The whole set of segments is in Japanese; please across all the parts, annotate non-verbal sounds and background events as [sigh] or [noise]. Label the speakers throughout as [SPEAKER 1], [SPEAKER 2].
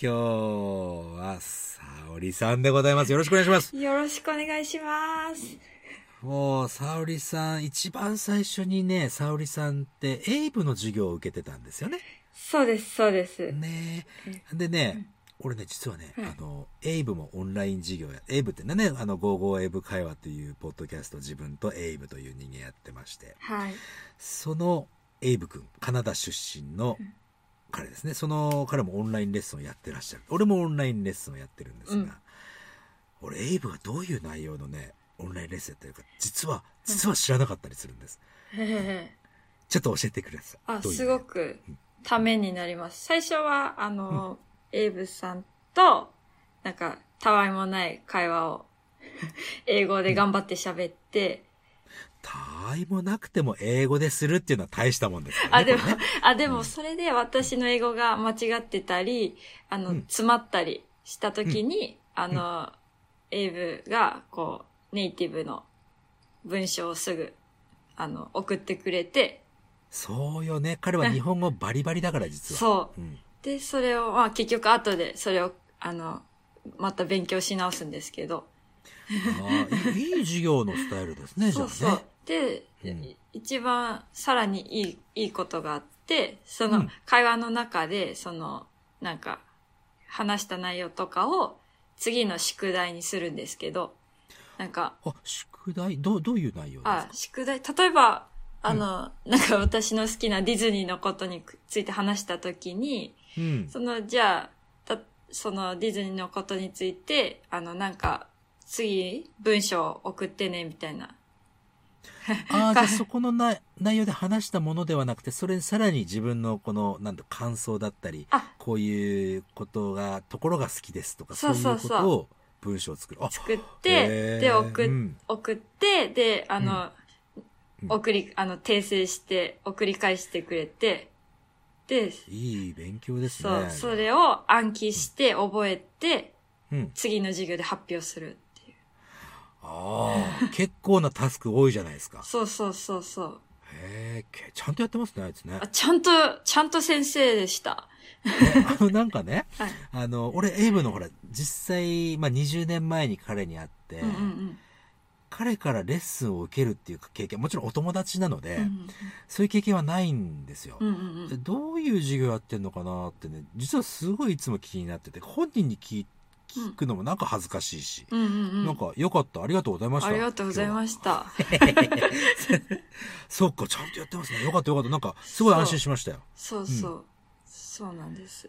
[SPEAKER 1] 今日は沙織さんでございます。よろしくお願いします。
[SPEAKER 2] よろしくお願いします。
[SPEAKER 1] もう、沙織さん、一番最初にね、沙織さんって、エイブの授業を受けてたんですよね。
[SPEAKER 2] そうです、そうです。
[SPEAKER 1] ねえ。でね、俺ね、実はね、
[SPEAKER 2] うん
[SPEAKER 1] あの、エイブもオンライン授業や、エイブってね、あの、55エイブ会話というポッドキャスト、自分とエイブという人間やってまして、
[SPEAKER 2] [laughs] はい。
[SPEAKER 1] そのエイブ君、カナダ出身の彼ですね。その彼もオンラインレッスンをやってらっしゃる。俺もオンラインレッスンをやってるんですが、
[SPEAKER 2] うん
[SPEAKER 1] 俺エイブがどういう内容のね、オンラインレッスンやってるか、実は、実は知らなかったりするんです。
[SPEAKER 2] へへへ
[SPEAKER 1] ちょっと教えてください。
[SPEAKER 2] あ、
[SPEAKER 1] どういう
[SPEAKER 2] すごくためになります。最初は、あの、エイブさんと、なんか、たわいもない会
[SPEAKER 1] [laughs]
[SPEAKER 2] 話を、英語で頑張って喋って、
[SPEAKER 1] 他愛もなくても英語でするっていうのは大したもんですから
[SPEAKER 2] あ、
[SPEAKER 1] ね。
[SPEAKER 2] で
[SPEAKER 1] こ
[SPEAKER 2] も
[SPEAKER 1] れね、
[SPEAKER 2] あ、でも、それで私の英語が間違ってたり、あの、
[SPEAKER 1] うん
[SPEAKER 2] 詰まったりした時に、あの、エイブが、こう、ネイティブの文章をすぐ、あの、送ってくれて、
[SPEAKER 1] そうよね。彼は日本語バリバリだから、実は。。
[SPEAKER 2] そう
[SPEAKER 1] ん。
[SPEAKER 2] う。で、それを、まあ、結局後で、それを、あの、また勉強し直すんですけど、
[SPEAKER 1] ああ、いいいい授業のスタイルですね、じゃ
[SPEAKER 2] そ
[SPEAKER 1] あ
[SPEAKER 2] う
[SPEAKER 1] ね。
[SPEAKER 2] そう。で、
[SPEAKER 1] うん
[SPEAKER 2] 一番さらにいい、いいことがあって、そうの
[SPEAKER 1] ん
[SPEAKER 2] 会話の中で、その、なんか、話した内容とかを次の宿題にするんですけど、なんか、
[SPEAKER 1] あ、宿題、どう、どういう内容ですか
[SPEAKER 2] あ、宿題、例えば、あの、なんか私の好きなディズニーのことについて話したときに、
[SPEAKER 1] うん。
[SPEAKER 2] その、じゃあ、たそのディズニーのことについて、あの、なんか、次、文章を送ってね、みたいな
[SPEAKER 1] ああ、じゃ
[SPEAKER 2] か
[SPEAKER 1] あそこのな内容で話したものではなくて、それにさらに自分のこの、なんだ、感想だったり
[SPEAKER 2] あ、
[SPEAKER 1] こういうことが、ところが好きですとか、そ
[SPEAKER 2] そううそうそう
[SPEAKER 1] いうことを文章を作る。あ、
[SPEAKER 2] 作っ
[SPEAKER 1] へ
[SPEAKER 2] て、
[SPEAKER 1] ー
[SPEAKER 2] で、送っ
[SPEAKER 1] うん
[SPEAKER 2] 送って、で、あの、
[SPEAKER 1] うん
[SPEAKER 2] 送り、あの、訂正して、送り返してくれて、で、
[SPEAKER 1] いい勉強です
[SPEAKER 2] そう、
[SPEAKER 1] ね。
[SPEAKER 2] それを暗記して、覚えて、
[SPEAKER 1] うん。
[SPEAKER 2] 次の授業で発表するっていう。
[SPEAKER 1] ああ、結構なタスク多いじゃないですか。
[SPEAKER 2] そうそうそうそう。
[SPEAKER 1] へえ、けちゃんとやってますね、あいつね
[SPEAKER 2] あ、。ちゃんと、ちゃんと先生でし
[SPEAKER 1] あ
[SPEAKER 2] た。
[SPEAKER 1] の、なんかね、
[SPEAKER 2] [laughs] はい。
[SPEAKER 1] あの、俺、エイブのほら、実際、まあ、20年前に彼に会って、
[SPEAKER 2] うんうんうん
[SPEAKER 1] 彼からレッスンを受けるっていう経験、もちろんお友達なので、そういう経験はないんですよ。
[SPEAKER 2] うんうんうんうんう
[SPEAKER 1] で
[SPEAKER 2] ん。
[SPEAKER 1] どういう授業やってんのかなってね、実はすごいいつも気になってて、本人に聞聞くのもなんか恥ずかしいし、
[SPEAKER 2] うんうんう
[SPEAKER 1] なん
[SPEAKER 2] ん。
[SPEAKER 1] か、よかった、ありがとうございました。
[SPEAKER 2] ありがとうございま
[SPEAKER 1] し
[SPEAKER 2] した。
[SPEAKER 1] た。そっか、ちゃんとやってますね。よかったよかった。なんか、すごい安心しましたよ。
[SPEAKER 2] そうそう。そうなんです。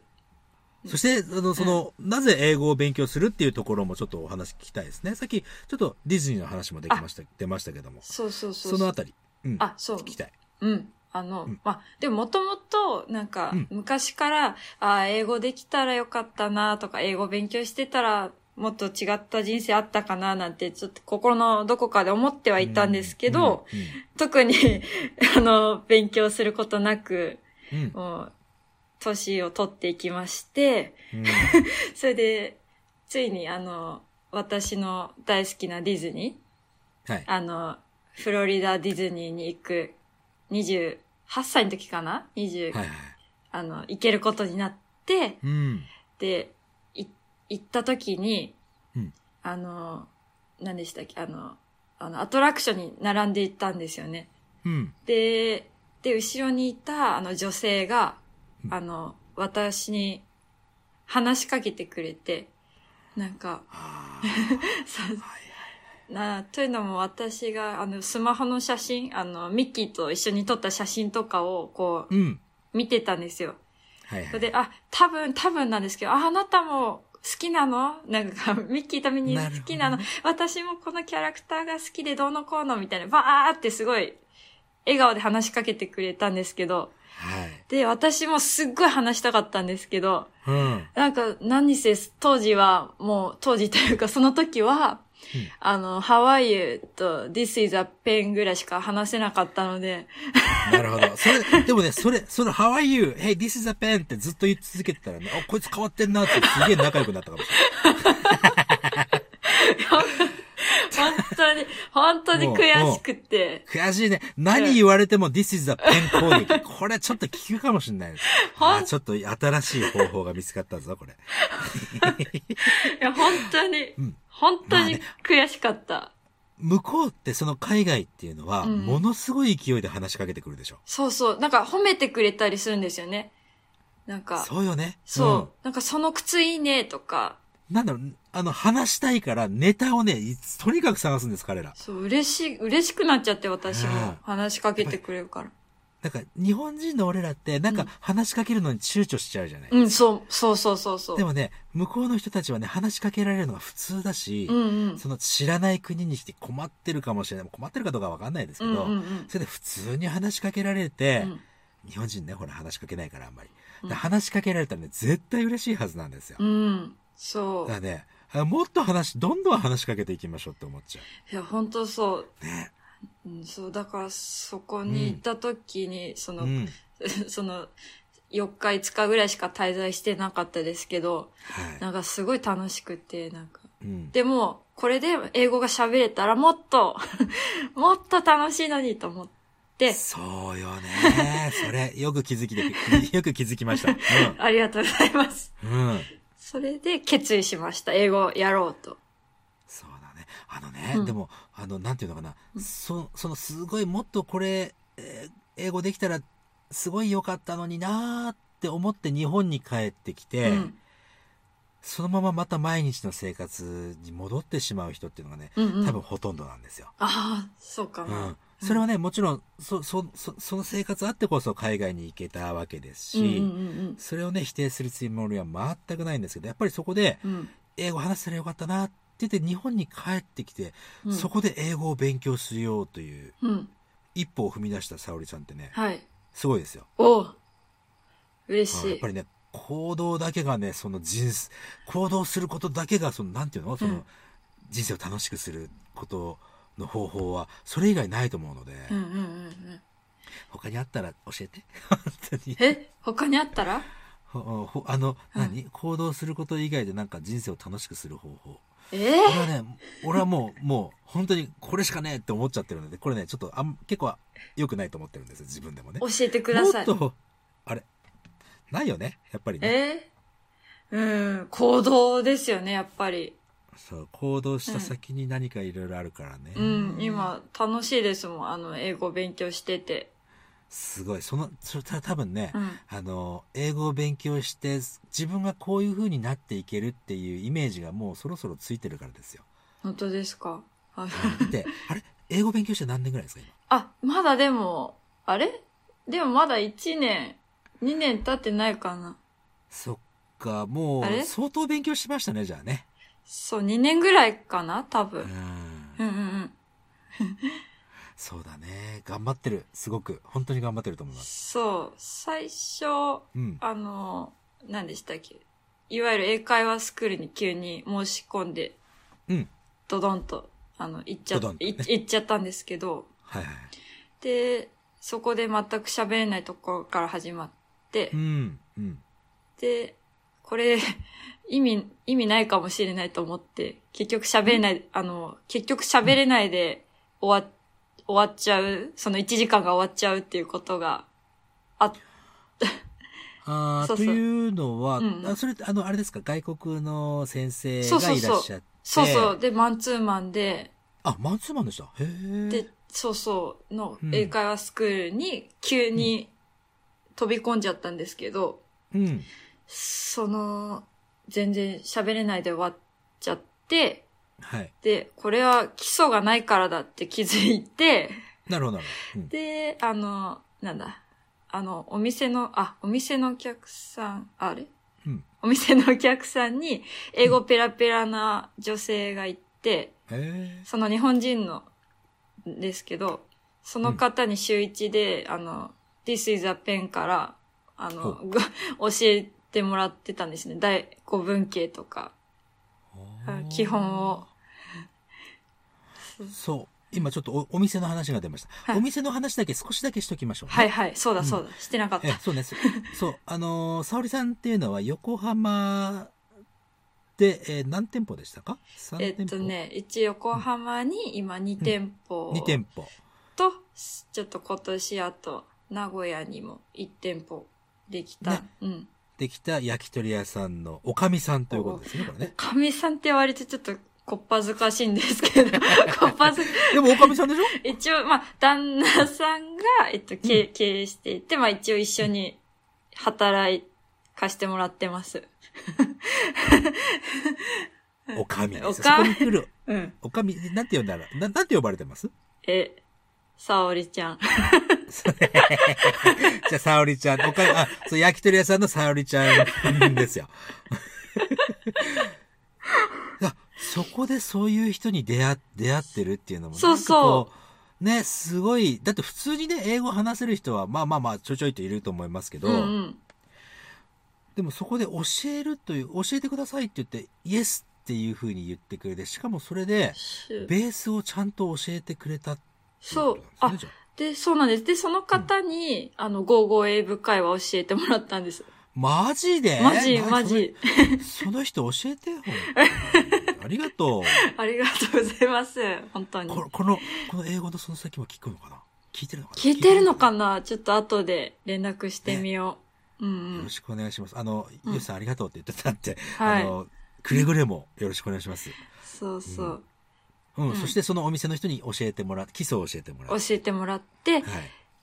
[SPEAKER 1] そして、あの、その、なぜ英語を勉強するっていうところもちょっとお話聞きたいですね。さっき、ちょっとディズニーの話もできました、出ましたけども。
[SPEAKER 2] そうそうそう。
[SPEAKER 1] そのあたり、うん。
[SPEAKER 2] あ、そう
[SPEAKER 1] 聞。きたい。
[SPEAKER 2] うん。あの、
[SPEAKER 1] うん
[SPEAKER 2] まあ、でももともと、なんか
[SPEAKER 1] うん、
[SPEAKER 2] 昔から、ああ、英語できたらよかったなとか、英語勉強してたら、もっと違った人生あったかななんて、ちょっと心のどこかで思ってはいたんですけど、特に、 [laughs] あの、勉強することなく、
[SPEAKER 1] うん、うん、うん。
[SPEAKER 2] もう、年を取っていきまして、
[SPEAKER 1] うん
[SPEAKER 2] それで、ついに、あの、私の大好きなディズニー、
[SPEAKER 1] はい。
[SPEAKER 2] あの、フロリダディズニーに行く28歳の時かな ?20、
[SPEAKER 1] はいはい。
[SPEAKER 2] あの、行けることになって、
[SPEAKER 1] うん。
[SPEAKER 2] で、い行った時に、
[SPEAKER 1] うん
[SPEAKER 2] あの、何でしたっけあの、あの、アトラクションに並んで行ったんですよね。 [laughs]
[SPEAKER 1] うん。
[SPEAKER 2] で、で、後ろにいたあの女性が
[SPEAKER 1] う、ん
[SPEAKER 2] あの、私に話しかけてくれて、なんか、
[SPEAKER 1] あー
[SPEAKER 2] そ
[SPEAKER 1] は
[SPEAKER 2] う
[SPEAKER 1] い
[SPEAKER 2] なというのも私があのスマホの写真あのミッキーと一緒に撮った写真とかをこ
[SPEAKER 1] うん。
[SPEAKER 2] う見てたんですよ。
[SPEAKER 1] はい
[SPEAKER 2] そ
[SPEAKER 1] は
[SPEAKER 2] れ
[SPEAKER 1] い。
[SPEAKER 2] であ多分多分なんですけどああなたも好きなのなんかミッキーとミニーズ好きなの
[SPEAKER 1] なる
[SPEAKER 2] 私もこのキャラクターが好きでどうのこうのみたいなバーってすごい笑顔で話しかけてくれたんですけど
[SPEAKER 1] はい。
[SPEAKER 2] で私もすっごい話したかったんですけど
[SPEAKER 1] うん。
[SPEAKER 2] なんか、何せ当時は、もう、当時というか、その時は、
[SPEAKER 1] うん
[SPEAKER 2] あの、ハワイ u と This is a pen ぐらいしか話せなかったので、
[SPEAKER 1] なるほど。それ、でもね、それ、その、How are you? Hey, this is a pen ってずっと言い続けてたらね、あ、こいつ変わってんなってすげえ仲良くなったかもしれない。
[SPEAKER 2] 本当に、本当に悔しくて、
[SPEAKER 1] 悔しいね。何言われても This is a pen 攻撃。これちょっと効くかもしんない。
[SPEAKER 2] ほん
[SPEAKER 1] あーちょっと新しい方法が見つかったぞ、これ。
[SPEAKER 2] いや、本当に、
[SPEAKER 1] うん
[SPEAKER 2] 本当
[SPEAKER 1] まあ
[SPEAKER 2] に
[SPEAKER 1] ね
[SPEAKER 2] 悔しかった。
[SPEAKER 1] 向こうってその海外っていうのは、
[SPEAKER 2] うん
[SPEAKER 1] ものすごい勢いで話しかけてくるでしょ。
[SPEAKER 2] そうそう。なんか褒めてくれたりするんですよね。なんか、そう。
[SPEAKER 1] そうよね。ん
[SPEAKER 2] なんかその靴いいねとか、
[SPEAKER 1] なんだろう、あの、話したいからネタをね、いとにかく探すんです、彼ら。
[SPEAKER 2] そう、嬉しい、嬉しくなっちゃって私
[SPEAKER 1] うん
[SPEAKER 2] も話しかけてくれるから。
[SPEAKER 1] なんか、日本人の俺らって、なん
[SPEAKER 2] う
[SPEAKER 1] か
[SPEAKER 2] ん
[SPEAKER 1] 話しかけるのに躊躇しちゃうじゃない。
[SPEAKER 2] うん、そう、そうそうそうそう。
[SPEAKER 1] でもね、向こうの人たちはね、話しかけられるのが普通だし、
[SPEAKER 2] うんうん。
[SPEAKER 1] その知らない国に来て困ってるかもしれない。困ってるかどうかわかんないです
[SPEAKER 2] う
[SPEAKER 1] け
[SPEAKER 2] ん
[SPEAKER 1] ど、
[SPEAKER 2] うんうん。
[SPEAKER 1] それで普通に話しかけられて、
[SPEAKER 2] うん
[SPEAKER 1] 日本人ね、ほら話しかけないからあんまり。だ
[SPEAKER 2] うん
[SPEAKER 1] から話しかけられたらね、絶対嬉しいはずなんですよ。
[SPEAKER 2] うん。そ
[SPEAKER 1] だからね、あもっと話、どんどん話しかけていきましょうって思っちゃ
[SPEAKER 2] う。いや、本当そう。
[SPEAKER 1] う。ね。
[SPEAKER 2] うん、そう、だから、そこに行った時に、そうの、 [laughs]
[SPEAKER 1] ん。
[SPEAKER 2] その、4日5日ぐらいしか滞在してなかったですけど、
[SPEAKER 1] は
[SPEAKER 2] なんかすごい楽しくて、なんか、
[SPEAKER 1] い。うん。
[SPEAKER 2] でも、これで英語が喋れたらもっと、 [laughs] もっと楽しいのにと思って、
[SPEAKER 1] そうよね。それ、よく気づきで、よく気づきました。
[SPEAKER 2] ありがとうございます。
[SPEAKER 1] うん。うん。
[SPEAKER 2] それで決意しました。英語をやろうと。
[SPEAKER 1] そうだね。あのね、
[SPEAKER 2] うん
[SPEAKER 1] でも、あの、なんていうのかな。
[SPEAKER 2] うん
[SPEAKER 1] そ、その、すごい、もっとこれ、えー英語できたら、すごい良かったのになーって思って日本に帰ってきて、
[SPEAKER 2] うん
[SPEAKER 1] そのまままた毎日の生活に戻ってしまう人っていうのがね、
[SPEAKER 2] うんうん、
[SPEAKER 1] 多分ほとんどなんですよ。
[SPEAKER 2] ああ、そうか
[SPEAKER 1] う
[SPEAKER 2] な。
[SPEAKER 1] ん。それはね、もちろん、そ、そ、そ、その生活あってこそ海外に行けたわけですし、
[SPEAKER 2] うんうんうん
[SPEAKER 1] それをね、否定するつもりは全くないんですけど、やっぱりそこで、
[SPEAKER 2] うん。うん
[SPEAKER 1] 英語話せたらよかったなって言って、日本に帰ってきて、
[SPEAKER 2] うん、
[SPEAKER 1] そこで英語を勉強しようという、
[SPEAKER 2] うん。
[SPEAKER 1] 一歩を踏み出した沙織ちゃんってね、
[SPEAKER 2] はい。
[SPEAKER 1] すごいですよ。
[SPEAKER 2] おう嬉
[SPEAKER 1] うん
[SPEAKER 2] し
[SPEAKER 1] やっ
[SPEAKER 2] い
[SPEAKER 1] ぱ。りね、行動だけがね、その人生、行動することだけが、その、なんていうのその、
[SPEAKER 2] うん
[SPEAKER 1] 人生を楽しくすることの方法は、それ以外ないと思うので、
[SPEAKER 2] うんうんうんうん。
[SPEAKER 1] 他にあったら教えて。本当に。
[SPEAKER 2] え他にあったら
[SPEAKER 1] ほほあの、
[SPEAKER 2] うん
[SPEAKER 1] 何行動すること以外でなんか人生を楽しくする方法。
[SPEAKER 2] え
[SPEAKER 1] 俺はね、俺はもう、もう、本当にこれしかねえって思っちゃってるので、これね、ちょっとあん、結構良くないと思ってるんですよ、自分でもね。
[SPEAKER 2] 教えてください。
[SPEAKER 1] もっと、あれないよね、やっぱりね。
[SPEAKER 2] えうん。行動ですよね、やっぱり。
[SPEAKER 1] そう、行動した先に何かいろいろあるからね。
[SPEAKER 2] うん、。今、楽しいですもん。あの、英語勉強してて。
[SPEAKER 1] すごい、その、それた多分ね、
[SPEAKER 2] うん。
[SPEAKER 1] あの、英語を勉強して、自分がこういう風になっていけるっていうイメージがもうそろそろついてるから
[SPEAKER 2] [laughs]
[SPEAKER 1] ですよ。
[SPEAKER 2] 本当ですかあ
[SPEAKER 1] で、あれ英語勉強して何年ぐらいですか、今。
[SPEAKER 2] あ、まだでも、あれでもまだ1年、2年経ってないかな。
[SPEAKER 1] そっか、も
[SPEAKER 2] あ
[SPEAKER 1] う、
[SPEAKER 2] れ
[SPEAKER 1] 相当勉強しましたね、じゃあね。
[SPEAKER 2] そう、2年ぐらいかな多
[SPEAKER 1] う
[SPEAKER 2] 分。
[SPEAKER 1] ん
[SPEAKER 2] うんうんうん。
[SPEAKER 1] そうだね。頑張ってる。すごく。本当に頑張ってると思います。
[SPEAKER 2] そう、最初、
[SPEAKER 1] うん。
[SPEAKER 2] あの、何でしたっけいわゆる英会話スクールに急に申し込んで、
[SPEAKER 1] うん。
[SPEAKER 2] ドドンと、あの、行っちゃ、
[SPEAKER 1] ドドンとね
[SPEAKER 2] い行っちゃったんですけど、
[SPEAKER 1] はいはい。
[SPEAKER 2] で、そこで全く喋れないところから始まって
[SPEAKER 1] う、ん。うん。
[SPEAKER 2] で、これ、 [laughs] 意味、意味ないかもしれないと思って、結局喋れない、あの、結局喋れないで終わ、終わっちゃう、その1時間が終わっちゃうっていうことが、
[SPEAKER 1] ああ、
[SPEAKER 2] そう
[SPEAKER 1] と
[SPEAKER 2] そう
[SPEAKER 1] いうのは、
[SPEAKER 2] うん
[SPEAKER 1] あそれ、あの、あれですか、外国の先生
[SPEAKER 2] そう
[SPEAKER 1] が
[SPEAKER 2] そう
[SPEAKER 1] い
[SPEAKER 2] そう
[SPEAKER 1] らっしゃって。
[SPEAKER 2] そうそう、で、マンツーマンで、
[SPEAKER 1] あ、マンツーマンでした。へ
[SPEAKER 2] で
[SPEAKER 1] え。、
[SPEAKER 2] そうそう、の
[SPEAKER 1] うん
[SPEAKER 2] 英会話スクールに急に飛び込んじゃったんですけど、
[SPEAKER 1] うん。
[SPEAKER 2] その、全然喋れないで終わっちゃって、
[SPEAKER 1] はい。
[SPEAKER 2] で、これは基礎がないからだって気づいて、
[SPEAKER 1] なるほど、なるほど。うん
[SPEAKER 2] で、あの、なんだ、あの、お店の、あ、お店のお客さん、あれ
[SPEAKER 1] うん。
[SPEAKER 2] お店のお客さんに、英語ペラペラな女性がいて、
[SPEAKER 1] へえ。
[SPEAKER 2] その日本人の、ですけど、その方に週一で、あの、This is a pen から、あ
[SPEAKER 1] ほ
[SPEAKER 2] の、 [laughs] ご教えてもらってたんですね。第5文系とか。
[SPEAKER 1] あー
[SPEAKER 2] 基本を。
[SPEAKER 1] そう。今ちょっとおお店の話が出ました、
[SPEAKER 2] はい
[SPEAKER 1] お店の話だけ少しだけしときましょうね、
[SPEAKER 2] はいはい、そうだそうだ、してなかっ
[SPEAKER 1] え
[SPEAKER 2] た。
[SPEAKER 1] そうね。そそう。あのー、沙織さんっていうのは横浜って、えー何店舗でしたか ?3
[SPEAKER 2] えっ
[SPEAKER 1] 店舗、
[SPEAKER 2] とね、一横浜に今2店舗
[SPEAKER 1] 2店舗。
[SPEAKER 2] と、ちょっと今年あと名古屋にも1店舗できた。
[SPEAKER 1] ね
[SPEAKER 2] うん。
[SPEAKER 1] できた焼き鳥屋さんのおかみさんということですね、これね。
[SPEAKER 2] かみさんって割とちょっとこっぱずかしいんですけ
[SPEAKER 1] [laughs]
[SPEAKER 2] ど、こっぱず、
[SPEAKER 1] でもおかみさんでしょ
[SPEAKER 2] 一応、まあ、旦那さんが、えっと、経経営していて、まあ一応一緒に働かしてもらってます。
[SPEAKER 1] [laughs] おかみです。
[SPEAKER 2] お
[SPEAKER 1] そ
[SPEAKER 2] か
[SPEAKER 1] こ
[SPEAKER 2] み
[SPEAKER 1] に来る、
[SPEAKER 2] うん。
[SPEAKER 1] おかみ、なんて呼んだら、ななんて呼ばれてます
[SPEAKER 2] え、沙織ちゃん。
[SPEAKER 1] じゃあ、沙織ちゃん、おかみ、あ、そう、焼き鳥屋さんの沙織ちゃんですよ。 [laughs] あ、そこでそういう人に出会、出会ってるっていうのも、
[SPEAKER 2] そうそう
[SPEAKER 1] う。ね、すごい。だって普通にね、英語話せる人は、まあまあまあ、ちょいちょいといると思いますけど、
[SPEAKER 2] うんうん。
[SPEAKER 1] でもそこで教えるという、教えてくださいって言って、イエスっていう風に言ってくれて、しかもそれで、ベースをちゃんと教えてくれたってい
[SPEAKER 2] そう
[SPEAKER 1] こ。とな
[SPEAKER 2] あ
[SPEAKER 1] んですね、じゃあ
[SPEAKER 2] で、そうなんです。で、その方に、あの、55英語会話教えてもらったんです。
[SPEAKER 1] マジで
[SPEAKER 2] マジ、
[SPEAKER 1] 何
[SPEAKER 2] マジ。
[SPEAKER 1] それその人教えてよ。
[SPEAKER 2] [laughs]
[SPEAKER 1] ありがとう。
[SPEAKER 2] ありがとうございます。本当に。
[SPEAKER 1] ここの、この英語のその先も聞くのかな聞いてるのかな
[SPEAKER 2] 聞いてるのかなちょっと後で連絡してみよう。うんう
[SPEAKER 1] よ
[SPEAKER 2] ん
[SPEAKER 1] ろ。しくお願いします。あの、
[SPEAKER 2] うん
[SPEAKER 1] ゆうさんありがとうって言ってたって、
[SPEAKER 2] は
[SPEAKER 1] あ
[SPEAKER 2] い。
[SPEAKER 1] の、くれぐれもよろしくお願いします。
[SPEAKER 2] そうそう。
[SPEAKER 1] うん、
[SPEAKER 2] うん
[SPEAKER 1] そしてそのお店の人に教えてもら、基礎を教えてもら
[SPEAKER 2] 教
[SPEAKER 1] う。
[SPEAKER 2] えてもらって、
[SPEAKER 1] はい。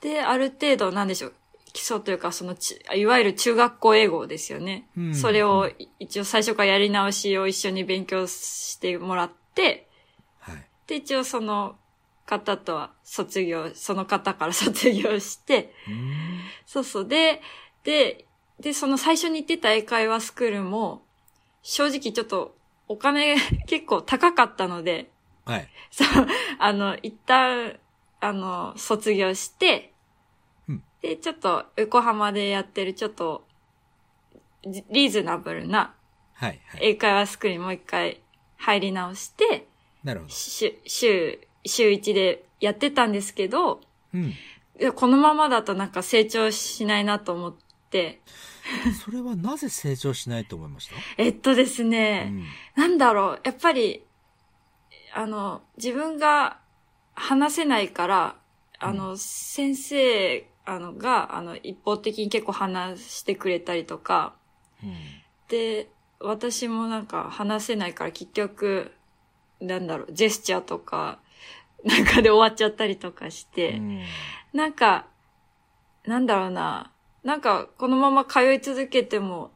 [SPEAKER 2] で、ある程度、なんでしょう。基礎というか、そのち、いわゆる中学校英語ですよね。
[SPEAKER 1] うん
[SPEAKER 2] それ
[SPEAKER 1] う
[SPEAKER 2] を
[SPEAKER 1] ん、
[SPEAKER 2] 一応最初からやり直しを一緒に勉強してもらって、
[SPEAKER 1] はい。
[SPEAKER 2] で、一応その方とは卒業、その方から卒業して、
[SPEAKER 1] うーん
[SPEAKER 2] そうそう。で、で、で、その最初に行ってた英会話スクールも、正直ちょっとお金 [laughs] 結構高かったので、
[SPEAKER 1] はい。
[SPEAKER 2] そう、 [laughs] あの、一旦、あの、卒業して、
[SPEAKER 1] うん
[SPEAKER 2] で、ちょっと横浜でやってるちょっと、じリーズナブルな
[SPEAKER 1] はい。はい。
[SPEAKER 2] 英会話スクールにもう一回入り直して、
[SPEAKER 1] なるほど。
[SPEAKER 2] 週、週、週1でやってたんですけど、
[SPEAKER 1] うん。
[SPEAKER 2] いやこのままだとなんか成長しないなと思って、
[SPEAKER 1] それはなぜ成長しないと思いまし
[SPEAKER 2] えっとです
[SPEAKER 1] た、う
[SPEAKER 2] ね、
[SPEAKER 1] ん、
[SPEAKER 2] なんだろう、やっぱり、あの、自分が話せないから、あの、先生、あの、が、あの、一方的に結構話してくれたりとか、
[SPEAKER 1] うん
[SPEAKER 2] で、私もなんか話せないから結局、なんだろう、ジェスチャーとか、なんかで終わっちゃったりとかして、
[SPEAKER 1] うん
[SPEAKER 2] なんか、なんだろうな。なんか、このまま通い続けても、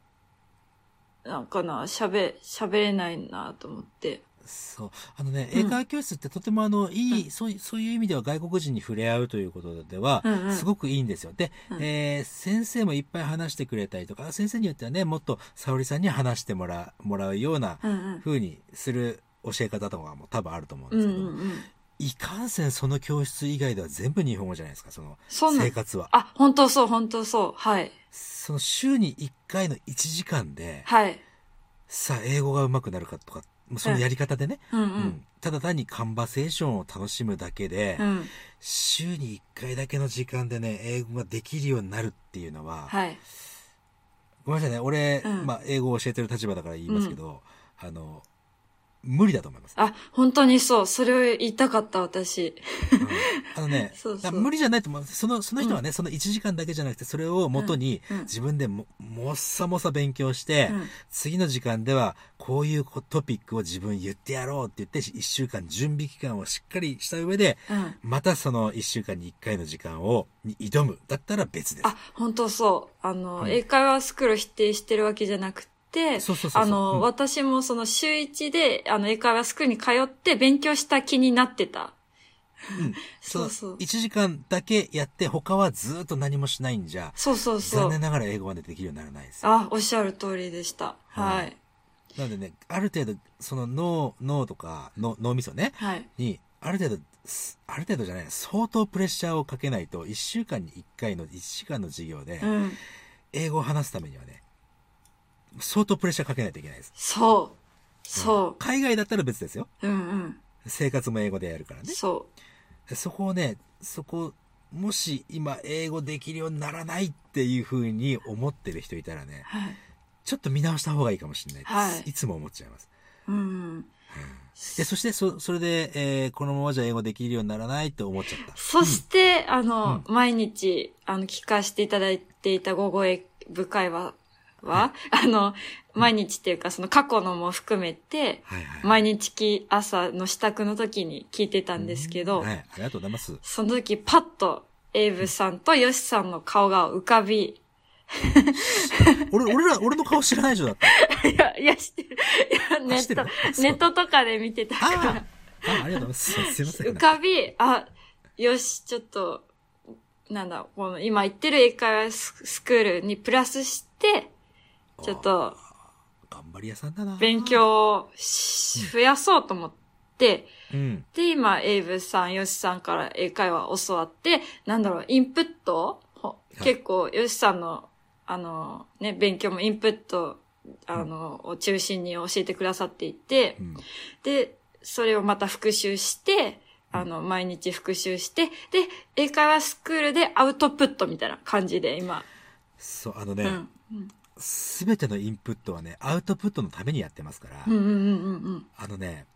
[SPEAKER 2] なんかな、喋、喋れないなと思って。
[SPEAKER 1] そう。あのね、
[SPEAKER 2] うん
[SPEAKER 1] 英会話教室ってとてもあの、いい、そうい、そういう意味では外国人に触れ合うということでは
[SPEAKER 2] うんうん、
[SPEAKER 1] すごくいいんですよ。で、
[SPEAKER 2] うん
[SPEAKER 1] えー先生もいっぱい話してくれたりとか、先生によってはね、もっと沙織さんに話してもら、もらうような
[SPEAKER 2] うんうん。
[SPEAKER 1] 風にする教え方とかも多分あると思うん
[SPEAKER 2] う
[SPEAKER 1] で
[SPEAKER 2] ん
[SPEAKER 1] す
[SPEAKER 2] う
[SPEAKER 1] けど、
[SPEAKER 2] んうん。
[SPEAKER 1] いかんせんその教室以外では全部日本語じゃないですか、その
[SPEAKER 2] そうな
[SPEAKER 1] 生
[SPEAKER 2] ん
[SPEAKER 1] 活は。
[SPEAKER 2] あ、本当そう、本当そう。はい。
[SPEAKER 1] その週に1回の1時間で、
[SPEAKER 2] はい。
[SPEAKER 1] さあ、英語が上手くなるかとか、まあそのやり方でね、
[SPEAKER 2] うんう
[SPEAKER 1] うん
[SPEAKER 2] ん。
[SPEAKER 1] ただ単にカンバセーションを楽しむだけで、
[SPEAKER 2] うん。
[SPEAKER 1] 週に1回だけの時間でね、英語ができるようになるっていうのは、
[SPEAKER 2] はい。
[SPEAKER 1] ごめんなさいね、俺、
[SPEAKER 2] うん
[SPEAKER 1] まあ、英語を教えてる立場だから言いますけど、あの、無理だと思い
[SPEAKER 2] [laughs]
[SPEAKER 1] ます。
[SPEAKER 2] あ、本当にそう。それを言いたかった、私。
[SPEAKER 1] うんあのね
[SPEAKER 2] そうそう
[SPEAKER 1] だから無理じゃないと思う。その、その人はね、その1時間だけじゃなくて、それを元に
[SPEAKER 2] うんうん
[SPEAKER 1] 自分でも、もっさもさ勉強して、
[SPEAKER 2] うん
[SPEAKER 1] 次の時間では、こういうこトピックを自分言ってやろうって言って、1週間準備期間をしっかりした上で、
[SPEAKER 2] うん。
[SPEAKER 1] またその1週間に1回の時間を、に挑む。だったら別です。
[SPEAKER 2] あ、本当そう。あの、
[SPEAKER 1] うん
[SPEAKER 2] 英会話スクールを否定してるわけじゃなくて、
[SPEAKER 1] そうそうそうそう。
[SPEAKER 2] あの、
[SPEAKER 1] うん
[SPEAKER 2] 私もその週一で、あの、英会話スクールに通って勉強した気になってた。
[SPEAKER 1] うん
[SPEAKER 2] そ
[SPEAKER 1] そうう
[SPEAKER 2] [laughs] そう
[SPEAKER 1] 1時間だけやって、他はずーっと何もしないんじゃ、
[SPEAKER 2] そうそうそ
[SPEAKER 1] 残
[SPEAKER 2] う
[SPEAKER 1] 念。ながら英語までできるようにならないです。
[SPEAKER 2] あ、おっしゃる通りでした。は
[SPEAKER 1] はいい。なのでね、ある程度、その脳、脳とか、の脳みそね、
[SPEAKER 2] はい。
[SPEAKER 1] に、ある程度、すある程度じゃない、相当プレッシャーをかけないと、1週間に1回の、1時間の授業で
[SPEAKER 2] う、ん。
[SPEAKER 1] 英語を話すためにはね、相当プレッシャーかけないといけないです。
[SPEAKER 2] そう。そ
[SPEAKER 1] 海外だったら別ですよ。
[SPEAKER 2] う。うん
[SPEAKER 1] 生活も英語でやるから
[SPEAKER 2] うん。
[SPEAKER 1] ね。
[SPEAKER 2] そ
[SPEAKER 1] そこをね、そこ、もし今英語できるようにならないっていう風に思ってる人いたらね
[SPEAKER 2] う。、はい。
[SPEAKER 1] ちょっと見直した方がいいかもしれないです。
[SPEAKER 2] はい
[SPEAKER 1] いつも思っちゃいます。
[SPEAKER 2] うん。
[SPEAKER 1] で、そして、そ、それで、えーこのままじゃ英語できるようにならないって思っちゃった。
[SPEAKER 2] そして、あの、毎日、あの、聞かせていただいていた午後英部会は、は、あの、毎日っていうか、その過去のも含めて、
[SPEAKER 1] はいはい。
[SPEAKER 2] 毎日き朝の支度の時に聞いてたんですけど、
[SPEAKER 1] はい、ありがとうございます。
[SPEAKER 2] その時パッと、エイブさんとヨシさんの顔が浮かび、
[SPEAKER 1] 俺、俺ら、俺の顔知らないでしょだって。
[SPEAKER 2] いや、いや、知ってる。いや、 [laughs] ネ
[SPEAKER 1] 知ってる
[SPEAKER 2] ット
[SPEAKER 1] あ、そう
[SPEAKER 2] ネットとかで見てた
[SPEAKER 1] あ
[SPEAKER 2] から。
[SPEAKER 1] あ、あありがとうございます。すいません。
[SPEAKER 2] 浮かび、あ、よし、ちょっと、なんだ、この今行ってる英会話ススクールにプラスして、ちょっと
[SPEAKER 1] 頑張り屋さんだな。
[SPEAKER 2] 勉。強をし増やそうと思って、
[SPEAKER 1] うん。
[SPEAKER 2] で、今、エイブさん、ヨシさんから英会話を教わって、なんだろう、インプットほ
[SPEAKER 1] い
[SPEAKER 2] 結構、ヨシさんの、あの、ね、勉強もインプット、あの、を中心に教えてくださっていて、
[SPEAKER 1] うん。
[SPEAKER 2] で、それをまた復習して、あの、毎日復習して、で、英会話スクールでアウトプットみたいな感じで、今。
[SPEAKER 1] そう、あの
[SPEAKER 2] う
[SPEAKER 1] ね、
[SPEAKER 2] ん。うん
[SPEAKER 1] すべてのインプットはね、アウトプットのためにやってますから、
[SPEAKER 2] うんうんうんうん。
[SPEAKER 1] あのね、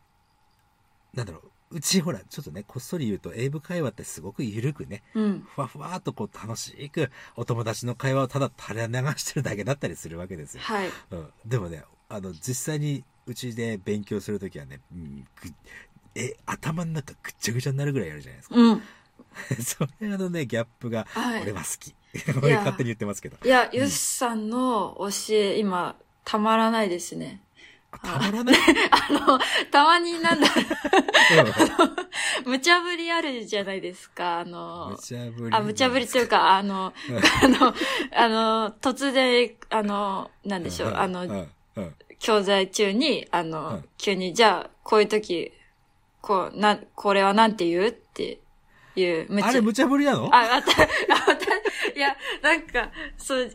[SPEAKER 1] なんだろう、うちほら、ちょっとね、こっそり言うと、英語会話ってすごくゆるくね、
[SPEAKER 2] うん。
[SPEAKER 1] ふわふわっとこう楽しく、お友達の会話をただ垂れ流してるだけだったりするわけですよ。
[SPEAKER 2] はい。
[SPEAKER 1] うん、でもね、あの、実際にうちで勉強するときはね、うん、ぐえ、頭の中ぐっちゃぐちゃになるぐらいやるじゃないですか。
[SPEAKER 2] うん。
[SPEAKER 1] [laughs] それあのね、ギャップが、
[SPEAKER 2] はい
[SPEAKER 1] 俺は好き。俺勝手に言ってますけど。
[SPEAKER 2] いや、ヨシさんの教え、今、たまらないですね。
[SPEAKER 1] あたまらない。
[SPEAKER 2] あの、たまに [laughs] なんだ、
[SPEAKER 1] うん
[SPEAKER 2] 無茶ぶりあるじゃないですか、 [laughs] あの
[SPEAKER 1] 無、茶ぶり。
[SPEAKER 2] あ、無茶ぶりというか、あの、
[SPEAKER 1] うん
[SPEAKER 2] あの、あの、突然、あの、なんでしょう、あ
[SPEAKER 1] うん
[SPEAKER 2] の、
[SPEAKER 1] うんうん
[SPEAKER 2] 教材中に、あの、
[SPEAKER 1] うん
[SPEAKER 2] 急に、じゃあ、こういう時、こう、な、これはなんて言うっていう、無
[SPEAKER 1] あれ無茶ぶりなの
[SPEAKER 2] あ、また、あ、 [laughs] また、いや、なんか、そう、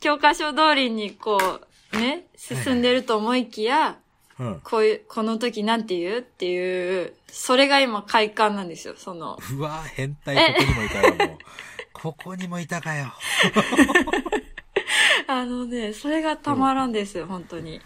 [SPEAKER 2] 教科書通りにこう、ね、進んでると思いきや、
[SPEAKER 1] うん
[SPEAKER 2] こういう、この時なんて言うっていう、それが今快感なんですよ、その。
[SPEAKER 1] うわぁ、変態、ここにもいたよ、もう。ここにもいたかよ。
[SPEAKER 2] あのね、それがたまらんですよ、本当に。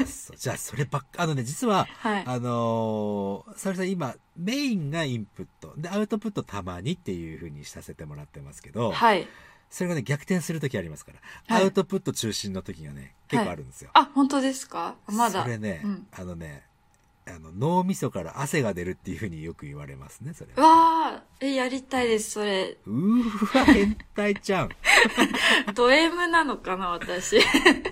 [SPEAKER 1] あそうじゃあ、そればっか、あのね、実は、
[SPEAKER 2] はい。
[SPEAKER 1] あのー、それさん今、メインがインプット、で、アウトプットたまにっていう風にさせてもらってますけど、
[SPEAKER 2] はい。
[SPEAKER 1] それがね、逆転するときありますから、
[SPEAKER 2] はい
[SPEAKER 1] アウトプット中心のときがね、結構あるんですよ。
[SPEAKER 2] あ、本当ですかまだ。
[SPEAKER 1] それね、
[SPEAKER 2] うん
[SPEAKER 1] あのね、あの、脳みそから汗が出るっていう風によく言われますね、それ
[SPEAKER 2] う
[SPEAKER 1] は。
[SPEAKER 2] わー、え、やりたいです、それ。
[SPEAKER 1] うーわ、変態ちゃん。
[SPEAKER 2] [laughs] ド M なのかな、私。
[SPEAKER 1] い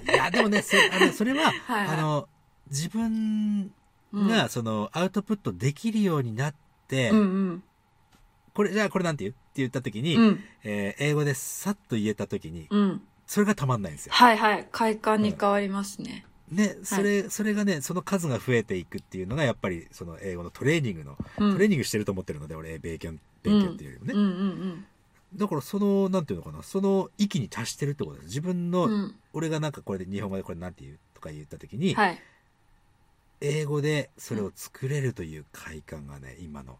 [SPEAKER 1] や、でもね、そあのそれは、
[SPEAKER 2] はいはい
[SPEAKER 1] あの、自分
[SPEAKER 2] うん
[SPEAKER 1] が、その、アウトプットできるようになって、
[SPEAKER 2] うんうん。
[SPEAKER 1] これ、じゃあこれなんて言うって言ったときに、
[SPEAKER 2] うん。
[SPEAKER 1] えー英語でさっと言えたときに、
[SPEAKER 2] うん。
[SPEAKER 1] それがたまんないんですよ。
[SPEAKER 2] はいはい。快感に変わりますね。
[SPEAKER 1] ね、それ、それがね、その数が増えていくっていうのが、やっぱり、その英語のトレーニングの、
[SPEAKER 2] うん
[SPEAKER 1] トレーニングしてると思ってるので、俺、勉強、勉強っていうよりもね。
[SPEAKER 2] うんうん
[SPEAKER 1] だから、その、なんていうのかな、その域に達してるってことです。自分の、
[SPEAKER 2] うん。うん。
[SPEAKER 1] 俺がなんかこれで日本語でこれなんて言うとか言ったときに、
[SPEAKER 2] はい。
[SPEAKER 1] 英語でそれを作れるという快感がね、今の、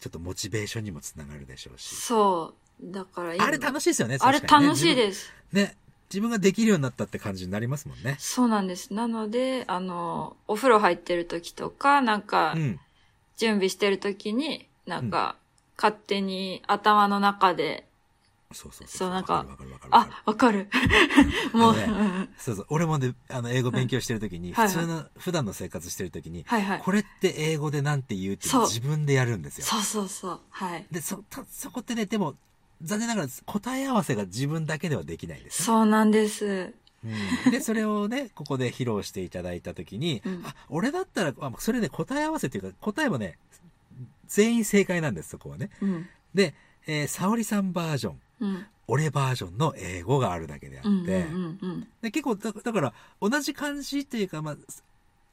[SPEAKER 1] ちょっとモチベーションにもつながるでしょうし。
[SPEAKER 2] そう。だから今
[SPEAKER 1] あれ楽しいですよね、
[SPEAKER 2] あれ
[SPEAKER 1] 確かにね
[SPEAKER 2] 楽しいです。
[SPEAKER 1] ね、自分ができるようになったって感じになりますもんね。
[SPEAKER 2] そうなんです。なので、あの、お風呂入ってる時とか、なんか
[SPEAKER 1] う、ん。
[SPEAKER 2] 準備してる時に、なんか、勝手に頭の中で、
[SPEAKER 1] そうそう
[SPEAKER 2] そうなんか
[SPEAKER 1] わかるわかるわかる。
[SPEAKER 2] あ、わ
[SPEAKER 1] [laughs]
[SPEAKER 2] かる。もう、
[SPEAKER 1] あのね
[SPEAKER 2] うん
[SPEAKER 1] そうそう。俺もね、あの、英語勉強してるときに、
[SPEAKER 2] はい
[SPEAKER 1] 普通の、普段の生活してるときに、
[SPEAKER 2] はいはい。
[SPEAKER 1] これって英語でなんて言うっていうの
[SPEAKER 2] そう
[SPEAKER 1] を自分でやるんですよ。
[SPEAKER 2] そうそうそう。はい。
[SPEAKER 1] で、そ、たそこってね、でも、残念ながら答え合わせが自分だけではできないんですよ。
[SPEAKER 2] そうなんです。
[SPEAKER 1] うんで、それをね、ここで披露していただいたときに、
[SPEAKER 2] うん
[SPEAKER 1] あ、俺だったら、あそれね、答え合わせというか、答えもね、全員正解なんです、そこはね。
[SPEAKER 2] うん。
[SPEAKER 1] で、えー、沙織さんバージョン、
[SPEAKER 2] うん。
[SPEAKER 1] 俺バージョンの英語があるだけであって、
[SPEAKER 2] うん。うん。うん。
[SPEAKER 1] で結構だだから同じ感じっていうか、まあ、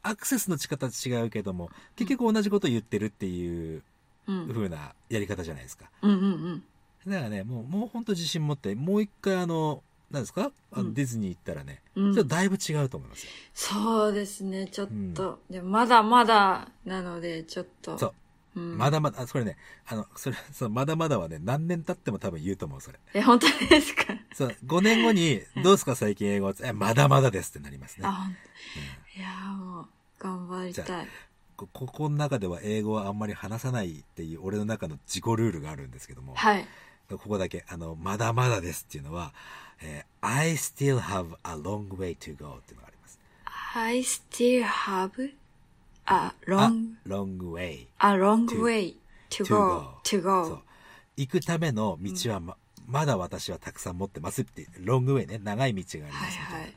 [SPEAKER 1] アクセスの仕方違うけども結局同じこと言ってるっていう
[SPEAKER 2] うん。
[SPEAKER 1] 風なやり方じゃないですか
[SPEAKER 2] うん。うん。
[SPEAKER 1] だからねもうもう本当自信持ってもう一回あの何ですかあ
[SPEAKER 2] う
[SPEAKER 1] の
[SPEAKER 2] ん
[SPEAKER 1] ディズニー行ったらね、
[SPEAKER 2] うん
[SPEAKER 1] ちょっとだいぶ違うと思いますよ
[SPEAKER 2] そうですね、ちょっと。でもまだまだなので、ちょっと。。
[SPEAKER 1] そう
[SPEAKER 2] ん、
[SPEAKER 1] まだまだあそれねあのそれそのまだまだはね何年経っても多分言うと思うそれ
[SPEAKER 2] え、本当ですか
[SPEAKER 1] そう、5年後に、どうですか最近英語え、まだまだですってなりますね。
[SPEAKER 2] あ、ほんといやーもう、頑張り
[SPEAKER 1] じゃ
[SPEAKER 2] たい。
[SPEAKER 1] こここの中では英語はあんまり話さないっていう俺の中の自己ルールがあるんですけども、
[SPEAKER 2] はい。
[SPEAKER 1] ここだけ、あの、まだまだですっていうのは、えー I still have a long way to go っていうのがあります。
[SPEAKER 2] I still have a long,
[SPEAKER 1] あ long way
[SPEAKER 2] a long way to go, to
[SPEAKER 1] そう
[SPEAKER 2] go.
[SPEAKER 1] 行くための道はま,、まだ私はたくさん持ってますって、ロングウェイね、長い道があり
[SPEAKER 2] は
[SPEAKER 1] ますみたいな。
[SPEAKER 2] い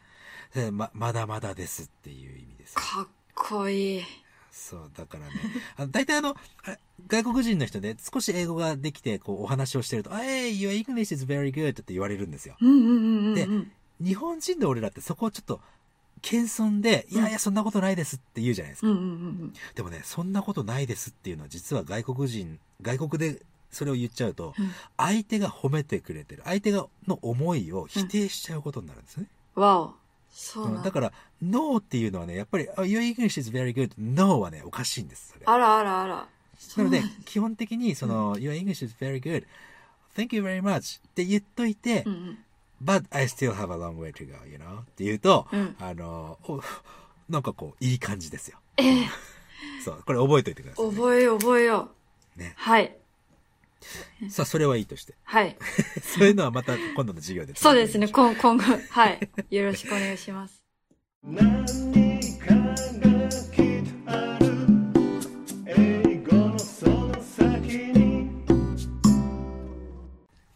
[SPEAKER 1] それでままだまだですっていう意味です。
[SPEAKER 2] はい。かっこいい。
[SPEAKER 1] そう、だからね。 [laughs] あの大体あの、あ外国人の人で少し英語ができて、こう、お話をしてると、えい your English is very good って言われるんですよ。
[SPEAKER 2] うんうんうんうんう
[SPEAKER 1] で
[SPEAKER 2] ん。
[SPEAKER 1] 日本人の俺らってそこをちょっと、謙遜で、いやいや、そんなことないですって言うじゃないです
[SPEAKER 2] う
[SPEAKER 1] か。
[SPEAKER 2] んうんうん
[SPEAKER 1] でもね、そんなことないですっていうのは、実は外国人、外国でそれを言っちゃうと、
[SPEAKER 2] うん。
[SPEAKER 1] 相手が褒めてくれてる、相手がの思いを否定しちゃうことになるんですね。
[SPEAKER 2] わお。そう
[SPEAKER 1] うん
[SPEAKER 2] なん
[SPEAKER 1] だ
[SPEAKER 2] だ。
[SPEAKER 1] から、no っていうのはね、やっぱり、あ your English is very good, no はね、おかしいんです、それ。
[SPEAKER 2] あらあらあら。
[SPEAKER 1] なので、基本的に、その、Your English is very good. Thank you very much. って言っといて、
[SPEAKER 2] うんうん。
[SPEAKER 1] But I still have a long way to go, you know? って言うと、
[SPEAKER 2] うん
[SPEAKER 1] あの、おなんかこう、いい感じですよ。
[SPEAKER 2] ええ
[SPEAKER 1] そう、これ覚えておいてください、ね。
[SPEAKER 2] 覚えよう覚えよう。
[SPEAKER 1] ね
[SPEAKER 2] はい。
[SPEAKER 1] さあ、それはいいとして。 [laughs]
[SPEAKER 2] はい。
[SPEAKER 1] そういうのはまた今度の授業で。
[SPEAKER 2] そ
[SPEAKER 1] [laughs]
[SPEAKER 2] うですね。。今今後、はい。よろしくお願いします。
[SPEAKER 3] 何かがきっとある英語のその先に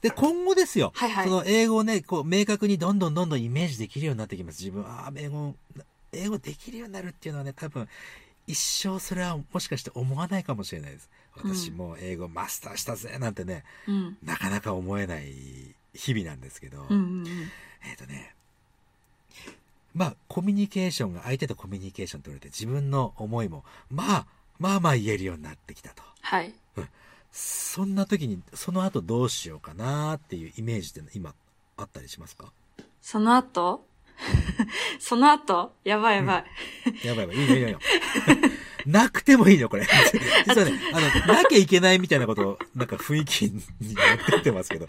[SPEAKER 1] で、今後ですよ。
[SPEAKER 2] はいはい
[SPEAKER 1] その、英語をね、こう、明確にどんどんどんどんイメージできるようになってきます。自分、ああ、英語、英語できるようになるっていうのはね、多分、一生それはもしかして思わないかもしれないです。私もう英語マスターしたぜなんてね、
[SPEAKER 2] うん。
[SPEAKER 1] なかなか思えない日々なんですけど、
[SPEAKER 2] うんうんうん。
[SPEAKER 1] えっ、とね、まあ、コミュニケーションが、相手とコミュニケーション取れて、自分の思いも、まあ、まあまあ言えるようになってきたと。
[SPEAKER 2] はい。
[SPEAKER 1] そんな時に、その後どうしようかなっていうイメージって今、あったりしますか
[SPEAKER 2] その後 [laughs] その後やばいやばい。
[SPEAKER 1] やばいやばい、いいよいいよいい [laughs] よ。なくてもいいの、
[SPEAKER 2] [laughs]
[SPEAKER 1] これ。実はね、あの、なきゃいけないみたいなことを、なんか雰囲気に持ってってますけど、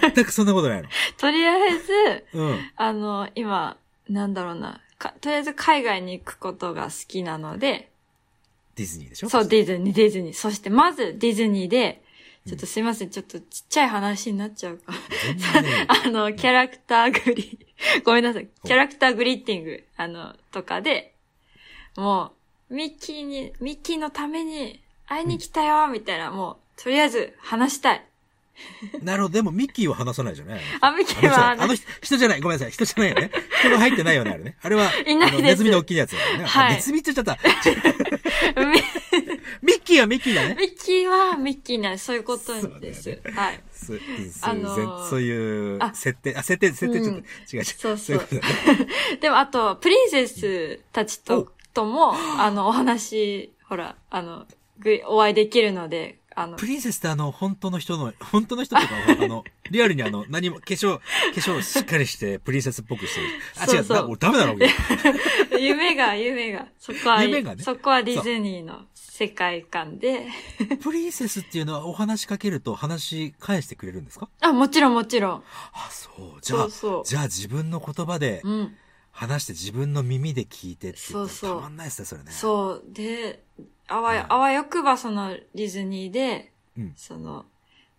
[SPEAKER 1] 全くそんなことないの。
[SPEAKER 2] とりあえず、
[SPEAKER 1] うん。
[SPEAKER 2] あの、今、なんだろうな。かとりあえず海外に行くことが好きなので、
[SPEAKER 1] ディズニーでしょ
[SPEAKER 2] そう、ディズニー、ディズニー。そして、まず、ディズニーで、ちょっとすいません、ちょっとちっちゃい話になっちゃうか。
[SPEAKER 1] 全然ね
[SPEAKER 2] あの、キャラクターグリ、 [laughs] ごめんなさい、キャラクターグリーティング、あの、とかで、もう、ミッキーに、ミッキーのために会いに来たよ、みたいな、もう、とりあえず話したい。
[SPEAKER 1] なるほど、でもミッキーは話さないじゃない
[SPEAKER 2] あ、ミッ
[SPEAKER 1] あ
[SPEAKER 2] キー
[SPEAKER 1] の人
[SPEAKER 2] は、
[SPEAKER 1] あの人、人じゃない。ごめんなさい。人じゃないよね。人が入ってないよね、あれね。あれは、
[SPEAKER 2] いない
[SPEAKER 1] あの
[SPEAKER 2] です
[SPEAKER 1] ネズミの大きいやつだよね。あ
[SPEAKER 2] はい
[SPEAKER 1] ネズミって言っちゃった。
[SPEAKER 2] ミ
[SPEAKER 1] ミッキーはミッキーだね。
[SPEAKER 2] ミッキーはミッキーな、そういうことです。
[SPEAKER 1] そうだ
[SPEAKER 2] はい。
[SPEAKER 1] そうんそう
[SPEAKER 2] あ
[SPEAKER 1] いう
[SPEAKER 2] のー
[SPEAKER 1] ぜんそういう
[SPEAKER 2] あ
[SPEAKER 1] 設定、あ、設定、設定ちょっと、違
[SPEAKER 2] うん
[SPEAKER 1] う違う。
[SPEAKER 2] そうそう
[SPEAKER 1] いうことだね
[SPEAKER 2] でも、あと、プリンセスたち
[SPEAKER 1] お
[SPEAKER 2] と、とも、あの、お話、ほら、あの、ぐお会いできるので、あの
[SPEAKER 1] プ、リンセスってあの、本当の人の、 [laughs] 本当の人とか、あの、リアルにあの、何も、化粧、化粧しっかりして、プリンセスっぽくしてる。あ、
[SPEAKER 2] そう
[SPEAKER 1] 違う、
[SPEAKER 2] そう
[SPEAKER 1] な俺ダメだろ、俺
[SPEAKER 2] [laughs] 夢が、夢が、そこは、
[SPEAKER 1] 夢がね
[SPEAKER 2] そこはディズニーの世界観で、
[SPEAKER 1] [laughs] プリンセスっていうのはお話しかけると話し返してくれるんですか
[SPEAKER 2] あ、もちろんもちろん。
[SPEAKER 1] あ、そう。じゃ
[SPEAKER 2] そ
[SPEAKER 1] あ
[SPEAKER 2] う、そう。
[SPEAKER 1] じゃあ自分の言葉で
[SPEAKER 2] うん。
[SPEAKER 1] 話して自分の耳で聞いてって言ったら
[SPEAKER 2] そうそう
[SPEAKER 1] たまんないですね、それね。
[SPEAKER 2] そう。で、あわ、
[SPEAKER 1] うん
[SPEAKER 2] あわよくばそのディズニーで、
[SPEAKER 1] うん
[SPEAKER 2] その、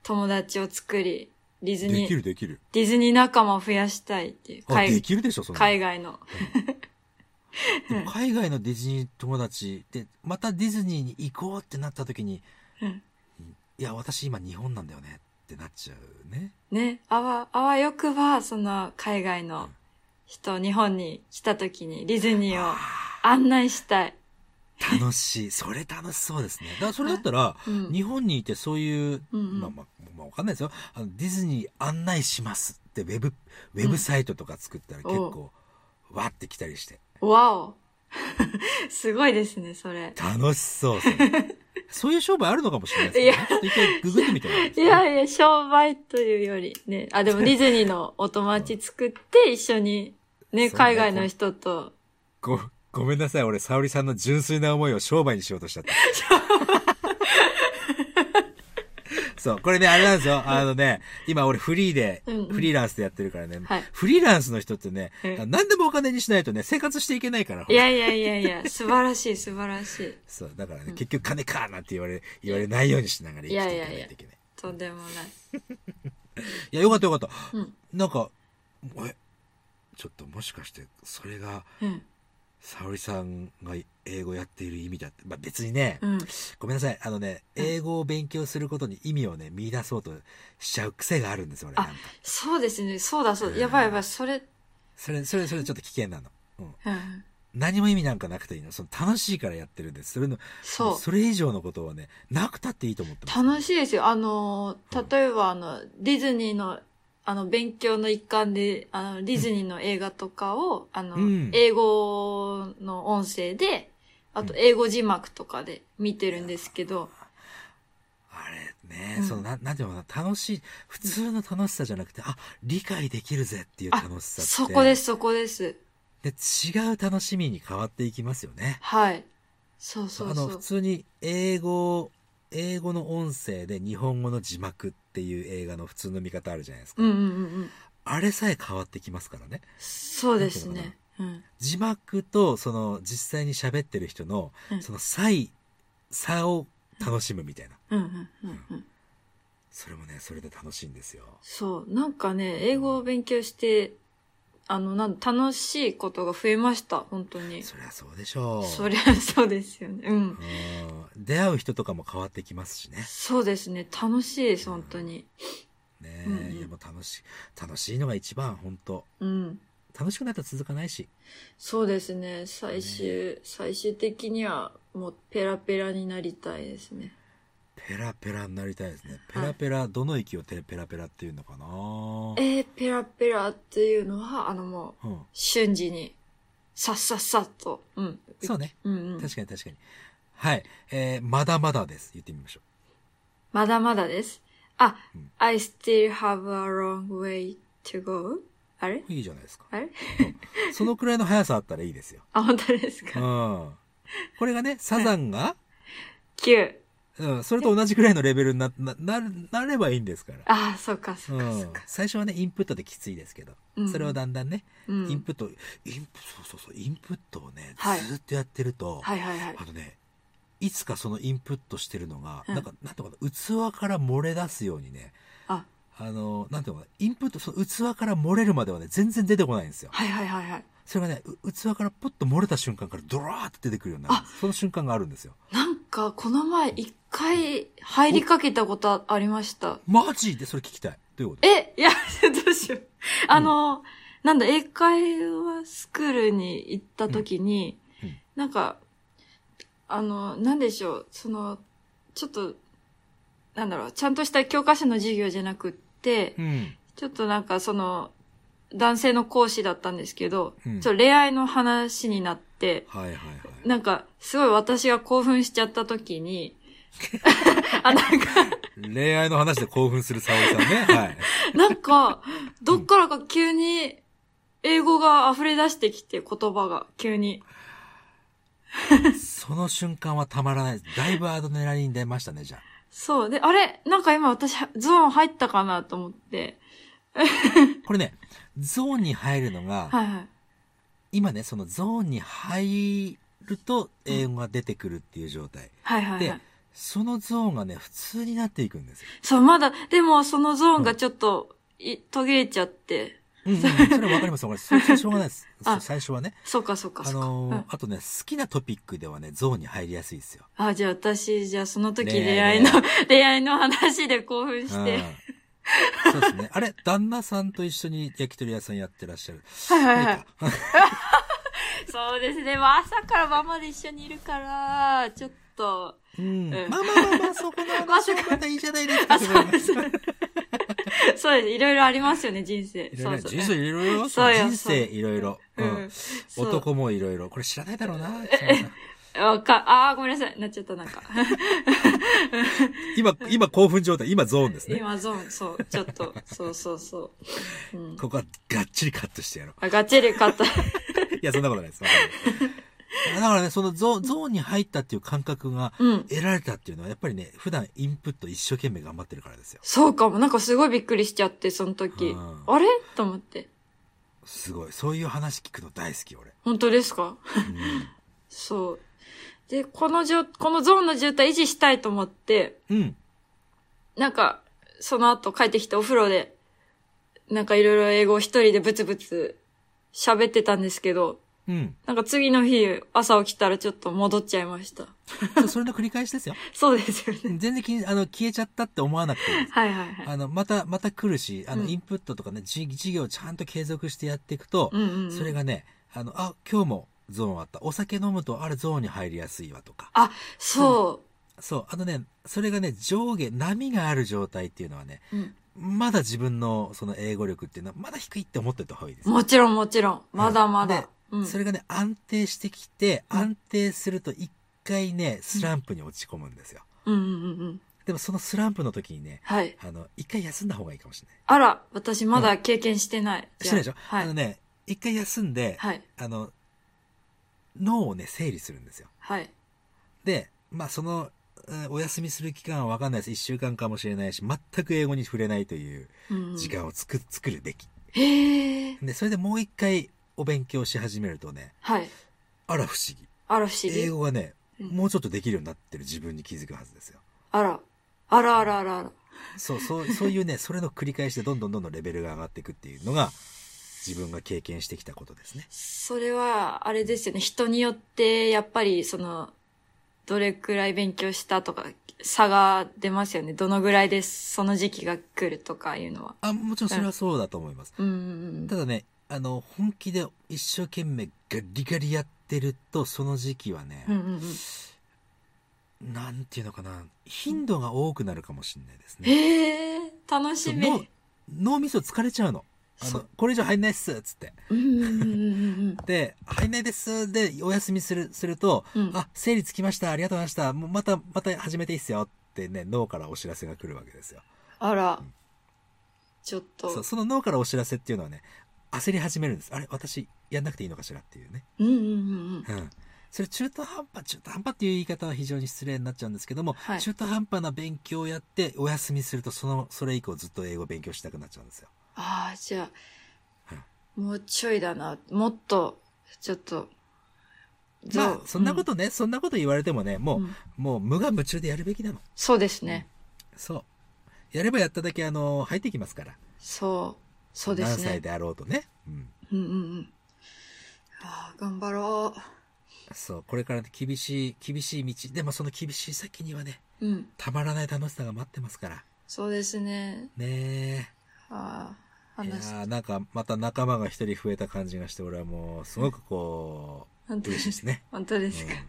[SPEAKER 2] 友達を作り、ディズ
[SPEAKER 1] で
[SPEAKER 2] ニ
[SPEAKER 1] き
[SPEAKER 2] ー、
[SPEAKER 1] る、できる。
[SPEAKER 2] ディズニー仲間を増やしたいっていう。
[SPEAKER 1] あ、
[SPEAKER 2] 海
[SPEAKER 1] できるでしょ、そんなの
[SPEAKER 2] 海外の。
[SPEAKER 1] でも海外のディズニー友達で、またディズニーに行こうってなった時に、
[SPEAKER 2] うん
[SPEAKER 1] いや、私今日本なんだよねってなっちゃうね。
[SPEAKER 2] ね。あわ、あわよくば、その、海外の人、日本に来た時に、ディズニーを案内したい。
[SPEAKER 1] 楽しい。それ楽しそうですね。だからそれだったら、
[SPEAKER 2] うん
[SPEAKER 1] 日本にいてそういう、
[SPEAKER 2] うんうん
[SPEAKER 1] まあまあ、まあわかんないですよ。あのディズニー案内しますってウェブ、ウェブサイトとか作ったら結構、わってきたりして。
[SPEAKER 2] わお。 [laughs] すごいですね、それ。
[SPEAKER 1] 楽しそう。それ
[SPEAKER 2] [laughs]
[SPEAKER 1] そういう商売あるのかもしれないですね。ちょっと一回ググってみてもらえます
[SPEAKER 2] いやいや、商売というよりね。あ、でもディズニーのお友達
[SPEAKER 1] [laughs]
[SPEAKER 2] 作って一緒に、ね、
[SPEAKER 1] そうね
[SPEAKER 2] 海外の人と。
[SPEAKER 1] ご、ごめんなさい。俺、沙織さんの
[SPEAKER 2] [laughs]
[SPEAKER 1] 純粋な思いを商売にしようとしちゃった。そう。これね、あれなんですよ。あのね、今俺フリーで
[SPEAKER 2] うんうん、
[SPEAKER 1] フリーランスでやってるからね
[SPEAKER 2] はい。
[SPEAKER 1] フリーランスの人ってね
[SPEAKER 2] う、ん
[SPEAKER 1] 何でもお金にしないとね、生活していけないから。
[SPEAKER 2] いやいやいやいや、 [laughs] 素晴らしい、素晴らしい。
[SPEAKER 1] そう。だからね、結局金かなんて言われ、言われないようにしながら生きていかないといけない。
[SPEAKER 2] とんでもない。
[SPEAKER 1] いや、よかったよかった。
[SPEAKER 2] うん。
[SPEAKER 1] なんか、え、ちょっともしかして、それが、
[SPEAKER 2] うん。
[SPEAKER 1] 沙織さんが英語やっている意味だって。まあ別にね、
[SPEAKER 2] うん。
[SPEAKER 1] ごめんなさい。あのね、
[SPEAKER 2] うん
[SPEAKER 1] 英語を勉強することに意味をね、見出そうとしちゃう癖があるんです、俺。
[SPEAKER 2] あ
[SPEAKER 1] なんか
[SPEAKER 2] そうですね。そうだそうだ。やばいやばい。それ、
[SPEAKER 1] それ、それ、それちょっと危険なの。うん。
[SPEAKER 2] うん。
[SPEAKER 1] 何も意味なんかなくていいの。その楽しいからやってるんです。それの、
[SPEAKER 2] そう。
[SPEAKER 1] それ以上のことはね、なくたっていいと思ってます。
[SPEAKER 2] 楽しいですよ。あの、例えばあの、ディズニーの、あの、勉強の一環で、あの、ディズニーの映画とかを、あの、
[SPEAKER 1] うん
[SPEAKER 2] 英語の音声で、あと
[SPEAKER 1] う
[SPEAKER 2] 英語字幕とかで見てるんですけど、
[SPEAKER 1] あれね、
[SPEAKER 2] うん
[SPEAKER 1] その、な、なんていうのかな、楽しい、普通の楽しさじゃなくて、あ、理解できるぜっていう楽しさって。
[SPEAKER 2] そこです、そこです。
[SPEAKER 1] で違う楽しみに変わっていきますよね。
[SPEAKER 2] はい。そうそうそ
[SPEAKER 1] あの普
[SPEAKER 2] う。
[SPEAKER 1] 通に英語英語の音声で日本語の字幕っていう映画の普通の見方あるじゃないですか、
[SPEAKER 2] うんうんうんうん。
[SPEAKER 1] あれさえ変わってきますからね
[SPEAKER 2] そうです
[SPEAKER 1] なんていうの
[SPEAKER 2] ね。うん。
[SPEAKER 1] 字幕とその実際に喋ってる人の
[SPEAKER 2] うん
[SPEAKER 1] その差異差を楽しむみたいな
[SPEAKER 2] うんうんうんうん。
[SPEAKER 1] それもねそれで楽しいんですよ
[SPEAKER 2] そう。なんかね、英語を勉強して、あの、なん楽しいことが増えました、本当に。
[SPEAKER 1] そりゃそうでしょう
[SPEAKER 2] そりゃそうですよね。うん。
[SPEAKER 1] うん出会う人とかも変わってきますしね
[SPEAKER 2] そうですね。楽しいです、本当に。
[SPEAKER 1] ね、
[SPEAKER 2] うんうん
[SPEAKER 1] いやもう楽しい楽しいのが一番本当
[SPEAKER 2] うん。
[SPEAKER 1] 楽しくなったら続かないし
[SPEAKER 2] そうですね。最終、最終的には、もうペラペラになりたいですね。
[SPEAKER 1] ペラペラになりたいですね。ペ
[SPEAKER 2] はい
[SPEAKER 1] ラペラ、どの域をペラペラっていうのかな
[SPEAKER 2] えー、ペラペラっていうのは、あのもう、
[SPEAKER 1] うん。
[SPEAKER 2] 瞬時に、さっさっさっと。うん。
[SPEAKER 1] そうね。
[SPEAKER 2] うんうん。
[SPEAKER 1] 確かに確かに。はい。えー、まだまだです。言ってみましょ
[SPEAKER 2] まだまだです。あ、
[SPEAKER 1] うん
[SPEAKER 2] I still have a long way to go? あれ
[SPEAKER 1] う。いいじゃないですか。
[SPEAKER 2] あれ
[SPEAKER 1] そのくらいの速さあったらいいですよ。
[SPEAKER 2] あ、本当です
[SPEAKER 1] う
[SPEAKER 2] か
[SPEAKER 1] ん。これがね、サザンが、
[SPEAKER 2] ?9。
[SPEAKER 1] うん、それと同じくらいのレベルにな、な、ななればいいんですから。
[SPEAKER 2] ああ、そうか、そう
[SPEAKER 1] う
[SPEAKER 2] か、そうんか。、
[SPEAKER 1] 最初はね、インプットできついですけど、
[SPEAKER 2] うん
[SPEAKER 1] それをだんだんね、
[SPEAKER 2] うん
[SPEAKER 1] インプット、インプ、そうそうそう、インプットをね、
[SPEAKER 2] はい
[SPEAKER 1] ずーっとやってると、
[SPEAKER 2] はいはいはい
[SPEAKER 1] あ。のね、いつかそのインプットしてるのが、
[SPEAKER 2] うん
[SPEAKER 1] なんか、なんとかな、器から漏れ出すようにね、
[SPEAKER 2] あ、
[SPEAKER 1] あの、なんていうのかな、インプット、その器から漏れるまではね、全然出てこないんですよ。
[SPEAKER 2] はいはいはいはい。
[SPEAKER 1] それがね、う器からポッと漏れた瞬間からドラーって出てくるようになるんです。その瞬間があるんですよ。
[SPEAKER 2] なんか、この前一回入りかけたことありました。
[SPEAKER 1] マジでそれ聞きたい。どういうこと
[SPEAKER 2] え、いや、どうしよう。あの、なんだ、英会話スクールに行った時に、
[SPEAKER 1] うんうん
[SPEAKER 2] なんか、あの、なんでしょう、その、ちょっと、なんだろう、ちゃんとした教科書の授業じゃなくって、
[SPEAKER 1] うん。
[SPEAKER 2] ちょっとなんかその、男性の講師だったんですけど、
[SPEAKER 1] うん
[SPEAKER 2] ちょっと恋愛の話になって、
[SPEAKER 1] はいはいはい。
[SPEAKER 2] なんか、すごい私が興奮しちゃった時に、 [laughs] あ、なんか、
[SPEAKER 1] 恋愛の話で興奮する沙織さんね。
[SPEAKER 2] [laughs]
[SPEAKER 1] はい。
[SPEAKER 2] なんか、どっからか急に、英語が溢れ出してきて、言葉が、急に。
[SPEAKER 1] その瞬間はたまらないです。だいぶアドネラリン出ましたね、じゃあ。
[SPEAKER 2] そう。で、あれなんか今私、ゾーン入ったかなと思って。
[SPEAKER 1] これね、ゾーンに入るのが、
[SPEAKER 2] はいはい。
[SPEAKER 1] 今ね、そのゾーンに入ると英語が出てくるっていう状態。
[SPEAKER 2] はいはい、
[SPEAKER 1] で
[SPEAKER 2] はい。、
[SPEAKER 1] そのゾーンがね、普通になっていくんですよ。
[SPEAKER 2] そう、まだ、でもそのゾーンがちょっと、い、途切れちゃって。
[SPEAKER 1] うん、うん、それはわかりますよ。これ、それはしょうがないです。
[SPEAKER 2] [laughs] あ
[SPEAKER 1] そう最初はね。
[SPEAKER 2] そうかそうか
[SPEAKER 1] あ
[SPEAKER 2] そうか。
[SPEAKER 1] のー
[SPEAKER 2] うん
[SPEAKER 1] あとね、好きなトピックではね、ゾーンに入りやすいですよ。
[SPEAKER 2] あ、じゃあ私、じゃあその時
[SPEAKER 1] 恋
[SPEAKER 2] 恋
[SPEAKER 1] 愛
[SPEAKER 2] 愛
[SPEAKER 1] ね
[SPEAKER 2] の、 [laughs] 恋愛の話で興奮
[SPEAKER 1] う
[SPEAKER 2] し
[SPEAKER 1] ん
[SPEAKER 2] て。
[SPEAKER 1] そうですね。あれ、旦那さんと一緒に焼き鳥屋さんやってらっしゃる。
[SPEAKER 2] はいはい
[SPEAKER 1] な
[SPEAKER 2] はいい
[SPEAKER 1] か。
[SPEAKER 2] そうですね。まあ、朝から晩まで一緒にいるから、ちょっと。
[SPEAKER 1] うん。ま
[SPEAKER 2] う
[SPEAKER 1] あ
[SPEAKER 2] ん
[SPEAKER 1] まあまあまあ、そこの話はまたいいじゃないですか。
[SPEAKER 2] あ、 [laughs] そうです。そうです。いろいろありますよね、人生。
[SPEAKER 1] [laughs] いろ
[SPEAKER 2] そ
[SPEAKER 1] いうろ
[SPEAKER 2] そ
[SPEAKER 1] 人生い
[SPEAKER 2] う。
[SPEAKER 1] ろいろよ
[SPEAKER 2] そうよ
[SPEAKER 1] 人生いろいろ。う
[SPEAKER 2] うんん。。そう
[SPEAKER 1] 男もいろいろ。これ知らないだろうな。北村さん
[SPEAKER 2] わか、ああ、ごめんなさい。なっちゃった、なんか。
[SPEAKER 1] 今、今興奮状態。今ゾーンですね。
[SPEAKER 2] 今、ゾーン、そう、ちょっと、そうそうそう。うん。
[SPEAKER 1] ここはがっちりカットしてやろう。 [laughs]
[SPEAKER 2] あ、がっちり買った。
[SPEAKER 1] いや、そんなことないです。わかんないだからね、そのゾーンゾーンに入ったっていう感覚が
[SPEAKER 2] うん。
[SPEAKER 1] 得られたっていうのは、やっぱりね、普段インプット一生懸命頑張ってるからですよ。
[SPEAKER 2] そうかも。なんかすごいびっくりしちゃって、その時。
[SPEAKER 1] うん
[SPEAKER 2] あれと思って。
[SPEAKER 1] すごい。そういう話聞くの大好き、俺。
[SPEAKER 2] 本当ですか [laughs] そう。で、このじょ、このゾーンの渋滞維持したいと思って、
[SPEAKER 1] うん。うん。
[SPEAKER 2] なんか、その後帰ってきてお風呂で、なんかいろいろ英語を一人でブツブツ喋ってたんですけど、
[SPEAKER 1] うん。
[SPEAKER 2] [laughs] なんか次の日朝起きたらちょっと戻っちゃいました。
[SPEAKER 1] そうそれの繰り返しですよ。
[SPEAKER 2] そうですよね。
[SPEAKER 1] 全然気にあの消えちゃったって思わなくていいです。
[SPEAKER 2] はいはいはい。
[SPEAKER 1] あの、また、また来るし、あの、
[SPEAKER 2] うん
[SPEAKER 1] インプットとかね、じ事業をちゃんと継続してやっていくと
[SPEAKER 2] う、んうんうん。
[SPEAKER 1] それがね、あの、あ、今日もゾーンあった。お酒飲むと、あれゾーンに入りやすいわとか。
[SPEAKER 2] あ、そ
[SPEAKER 1] そう、あのね、それがね、上下、波がある状態っていうのはね、
[SPEAKER 2] う。うん、
[SPEAKER 1] まだ自分のその英語力っていうのは、まだ低いって思ってた方がいいです。
[SPEAKER 2] もちろんもちろん。まだま
[SPEAKER 1] うんで
[SPEAKER 2] だ。うん。
[SPEAKER 1] それがね、安定してきて、
[SPEAKER 2] うん
[SPEAKER 1] 安定すると一回ね、スランプに落ち込むんですよ。
[SPEAKER 2] うんうんうんうん。
[SPEAKER 1] でもそのスランプの時にね、
[SPEAKER 2] はい。
[SPEAKER 1] あの、一回休んだ方がいいかもしれない。
[SPEAKER 2] あら、私まだ経験してない。
[SPEAKER 1] し
[SPEAKER 2] じ
[SPEAKER 1] てない
[SPEAKER 2] ゃ
[SPEAKER 1] で
[SPEAKER 2] あ
[SPEAKER 1] しょ、
[SPEAKER 2] は
[SPEAKER 1] あの
[SPEAKER 2] い。
[SPEAKER 1] ね、一回休んで、
[SPEAKER 2] はい。
[SPEAKER 1] あの、脳をね、整理するんですよ。
[SPEAKER 2] はい。
[SPEAKER 1] で、まあその、うんお休みする期間はわかんないです。一週間かもしれないし、全く英語に触れないという
[SPEAKER 2] うんうん
[SPEAKER 1] 時。間をつく、作るべき。
[SPEAKER 2] へえ。
[SPEAKER 1] で、それでもう一回お勉強し始めるとね、
[SPEAKER 2] はい。
[SPEAKER 1] あら不思議。
[SPEAKER 2] あら不思
[SPEAKER 1] 英
[SPEAKER 2] 議。
[SPEAKER 1] 語がね、
[SPEAKER 2] うん
[SPEAKER 1] もうちょっとできるようになってる自分に気づくはずですよ。
[SPEAKER 2] あら。あらあらあらあら。
[SPEAKER 1] そう、そう、 [laughs] そういうね、それの繰り返しでどんどんどんどんレベルが上がっていくっていうのが、自分が経験してきたことですね。
[SPEAKER 2] それは、あれですよね。人によって、やっぱり、その、どれくらい勉強したとか、差が出ますよね。どのぐらいでその時期が来るとかいうのは。
[SPEAKER 1] あ、もちろんそれはそうだと思います。
[SPEAKER 2] うんうん
[SPEAKER 1] ただね、あの、本気で一生懸命ガリガリやってると、その時期はね、
[SPEAKER 2] うん。うんうんうん。
[SPEAKER 1] なんていうのかな、頻度が多くなるかもしれないですね。
[SPEAKER 2] へえ、楽しみ。
[SPEAKER 1] そう脳脳みそ疲れちゃうの。あ
[SPEAKER 2] そ
[SPEAKER 1] の
[SPEAKER 2] う、
[SPEAKER 1] これ以上入んないっす、つって。
[SPEAKER 2] うんうんうんうん
[SPEAKER 1] で、入んないです、で、お休みする、すると、
[SPEAKER 2] うん。うん
[SPEAKER 1] あ、整理つきました、ありがとうございました、もうまた、また始めていいっすよってね、脳からお知らせが来るわけですよ。
[SPEAKER 2] あら。ちょっと。
[SPEAKER 1] そうその脳からお知らせっていうのはね、焦り始めるんです。あれ、私、やんなくていいのかしらっていうね。
[SPEAKER 2] うんうんうんうん。
[SPEAKER 1] うん。それ中途半端、中途半端っていう言い方は非常に失礼になっちゃうんですけども、
[SPEAKER 2] はい
[SPEAKER 1] 中途半端な勉強をやってお休みすると、その、それ以降ずっと英語を勉強したくなっちゃうんですよ。
[SPEAKER 2] ああ、じゃあ、もうちょいだな。もっと、ちょっと。
[SPEAKER 1] まあ
[SPEAKER 2] ど、う
[SPEAKER 1] そんなことね、そんなこと言われてもね、もう、
[SPEAKER 2] うん
[SPEAKER 1] もう無我夢中でやるべきなの。
[SPEAKER 2] そうですね。
[SPEAKER 1] そう。やればやっただけ、あの、入ってきますから。
[SPEAKER 2] そう。そうで
[SPEAKER 1] 何
[SPEAKER 2] す
[SPEAKER 1] 歳
[SPEAKER 2] ね。
[SPEAKER 1] であろうとね。うん。
[SPEAKER 2] うんうんうん。ああ、頑張ろ
[SPEAKER 1] そう、これからね厳しい、厳しい道。でもその厳しい先にはね、
[SPEAKER 2] う。うん。
[SPEAKER 1] たまらない楽しさが待ってますから。
[SPEAKER 2] そうですね。
[SPEAKER 1] ね
[SPEAKER 2] ああ、
[SPEAKER 1] え。いや
[SPEAKER 2] 話す。
[SPEAKER 1] ーなんか、また仲間が一人増えた感じがして、俺はもう、すごくこ
[SPEAKER 2] 本
[SPEAKER 1] う、
[SPEAKER 2] 当で。
[SPEAKER 1] 嬉しいですすね。
[SPEAKER 2] 本当ですか。
[SPEAKER 1] うん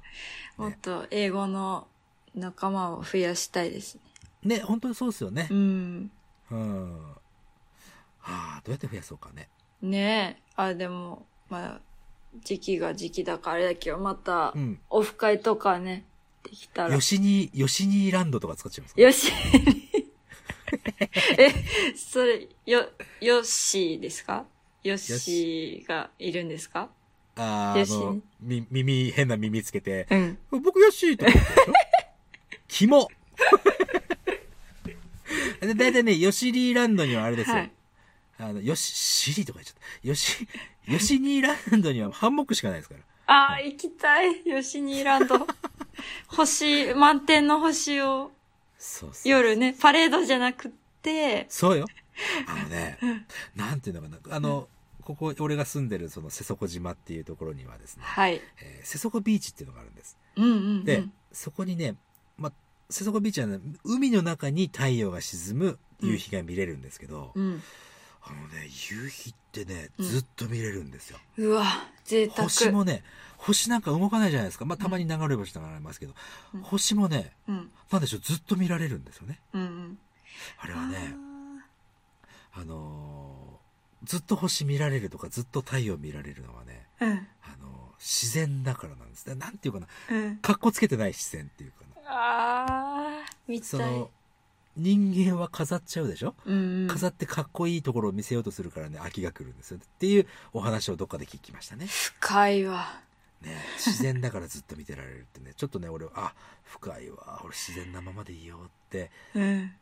[SPEAKER 2] もっと英語の仲間を増やしたいですね。
[SPEAKER 1] うんね、本当にそうですよね
[SPEAKER 2] う。ん。
[SPEAKER 1] うん。はあ、どうやって増やそうかね。
[SPEAKER 2] ねえ。あ、でも、まあ、時期が時期だからあれだけど、また
[SPEAKER 1] う、ん。
[SPEAKER 2] オフ会とかね、できたら。
[SPEAKER 1] よしに、よしにランドとか使っちゃいますか
[SPEAKER 2] よし。 [laughs] え、それ、よ、よっしーですかよっしーがいるんですか
[SPEAKER 1] あー
[SPEAKER 2] よし
[SPEAKER 1] あの、み、耳、変な耳つけて、
[SPEAKER 2] うん。
[SPEAKER 1] 僕よしとか言ってるでしょキ
[SPEAKER 2] [laughs]
[SPEAKER 1] モで、だいたいね、ヨシリーランドにはあれですよ。
[SPEAKER 2] はい
[SPEAKER 1] あの、ヨシ、シリとか言っちゃった。ヨシ、ヨシニーランドにはハンモックしかないですから。
[SPEAKER 2] ああ、行きたい。よしにーランド。 [laughs] 星、満点の星を、
[SPEAKER 1] そうそう。
[SPEAKER 2] 夜ね、パレードじゃなくって、
[SPEAKER 1] そうよ。あのね、なんていうのかな。あの、ここ、俺が住んでるその瀬底島っていうところにはですね、
[SPEAKER 2] はい。
[SPEAKER 1] えー瀬底ビーチっていうのがあるんです。
[SPEAKER 2] うんうん、う
[SPEAKER 1] で、
[SPEAKER 2] ん。
[SPEAKER 1] そこにね、ま、瀬底ビーチは、ね、海の中に太陽が沈む夕日が見れるんですけど、
[SPEAKER 2] うん。
[SPEAKER 1] あのね、夕日ってね、
[SPEAKER 2] うん
[SPEAKER 1] ずっと見れるんですよ。
[SPEAKER 2] うわ、贅沢。
[SPEAKER 1] 星もね、星なんか動かないじゃないですか。まあ、たまに流れ星とか流れますけど、
[SPEAKER 2] うん
[SPEAKER 1] 星もね、
[SPEAKER 2] うん。
[SPEAKER 1] なんでしょう、ずっと見られるんですよね。
[SPEAKER 2] うんうん。
[SPEAKER 1] あれはね、あのーずっと星見られるとか、ずっと太陽見られるのはね、
[SPEAKER 2] あー
[SPEAKER 1] あのー自然だからなんです。だなんていうかな、
[SPEAKER 2] うん。うん。
[SPEAKER 1] かっこつけてない視線っていうかな。
[SPEAKER 2] ああ、見
[SPEAKER 1] そ
[SPEAKER 2] たい。
[SPEAKER 1] の、人間は飾っちゃうでしょ
[SPEAKER 2] うんうん。
[SPEAKER 1] 飾ってかっこいいところを見せようとするからね、飽きが来るんですよ。っていうお話をどっかで聞きましたね。
[SPEAKER 2] 深いわ。
[SPEAKER 1] ね、自然だからずっと見てられるってね、ちょ [laughs] っとね、俺は、あ、深いわ、俺自然なままでいいよって
[SPEAKER 2] うん。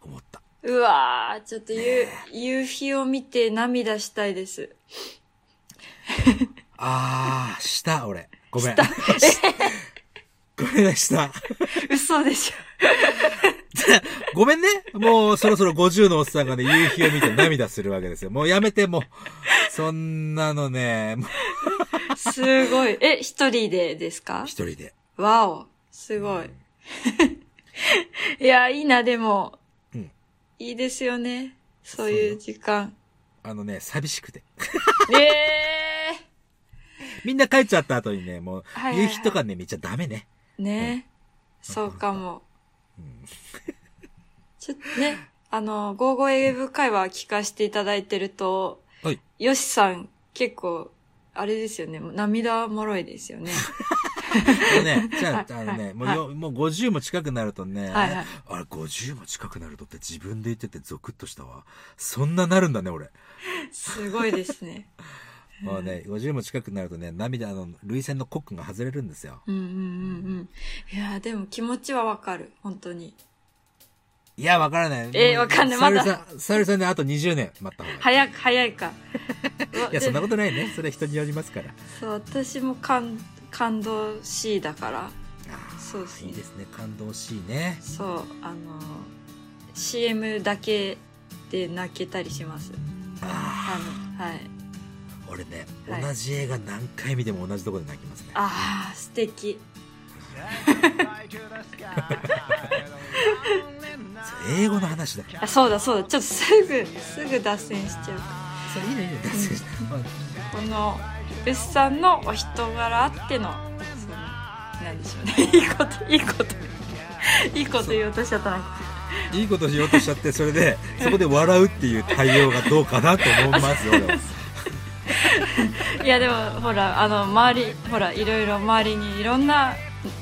[SPEAKER 1] 思った。
[SPEAKER 2] うわー、ちょっと夕、夕日を見て涙したいです。
[SPEAKER 1] あー、した、俺。ごめん。し [laughs] ごめんね、した。
[SPEAKER 2] [laughs] 嘘でし
[SPEAKER 1] ごめんね。もうそろそろ50のおっさんがね、夕日を見て涙するわけですよ。もうやめて、もう。そんなのね、もう
[SPEAKER 2] ょ。すごい。え、一人でですか
[SPEAKER 1] 一人で。
[SPEAKER 2] わお。すごい。いや、いいな、でも。
[SPEAKER 1] うん
[SPEAKER 2] いいですよね。そういう時間。
[SPEAKER 1] あのね、寂しくて。
[SPEAKER 2] え
[SPEAKER 1] みんな帰っちゃった後にね、もう [laughs]
[SPEAKER 2] はいはい、はい
[SPEAKER 1] 夕日とかね、見ちゃダメね。
[SPEAKER 2] ー。ね。そうかも。 [laughs] ちょっとね、あの、ゴーゴーエブ会話聞かせていただいてると、
[SPEAKER 1] はい。
[SPEAKER 2] ヨシさん結構、あれですよね。涙もろいで
[SPEAKER 1] [laughs]
[SPEAKER 2] すよね。
[SPEAKER 1] あのね、じゃあ、
[SPEAKER 2] は
[SPEAKER 1] あ
[SPEAKER 2] い
[SPEAKER 1] のね、もうよ、もう50も近くなるとね、
[SPEAKER 2] はいはい
[SPEAKER 1] あれ、50も近くなるとって自分で言っててゾクッとしたわ。そんななるんだね、俺。
[SPEAKER 2] すごいですね。
[SPEAKER 1] もうね、50も近くなるとね、涙、あの、涙腺のコックが外れるんですよ。
[SPEAKER 2] うんうんうんうん。いやー、でも気持ちはわかる。本当に。
[SPEAKER 1] いや、わからない。
[SPEAKER 2] えーわかんないまだ
[SPEAKER 1] 沙織さん、沙織さんね、あと20年待った方がいい。
[SPEAKER 2] 早く、早いか。
[SPEAKER 1] [laughs] いや、そんな
[SPEAKER 2] で
[SPEAKER 1] ことないね。それは人によりますから。
[SPEAKER 2] そう、私も感、感動 C だから。そうですね
[SPEAKER 1] いいですね。感動しいね。
[SPEAKER 2] そう、あのー、CM だけで泣けたりします。あの、はい。
[SPEAKER 1] 俺ね、
[SPEAKER 2] はい
[SPEAKER 1] 同じ映画何回見ても同じとこで泣きますね。
[SPEAKER 2] あー、素敵。
[SPEAKER 1] そう英語の話だから。
[SPEAKER 2] あ、そうだそうだ。ちょっとすぐ、すぐ脱線しちゃう。
[SPEAKER 1] それいいね、いいね。まあ
[SPEAKER 2] この、ブスさんのお人柄あっての、その、なんでしょうね。い [laughs] いこと、いいこと。いいこと言おうとしちゃったな。
[SPEAKER 1] いいことしようとしちゃって、それで、そこで笑うっていう対応がどうかなと思いますよ、俺は。
[SPEAKER 2] いやでもほらあの周りほらいろいろ周りにいろんな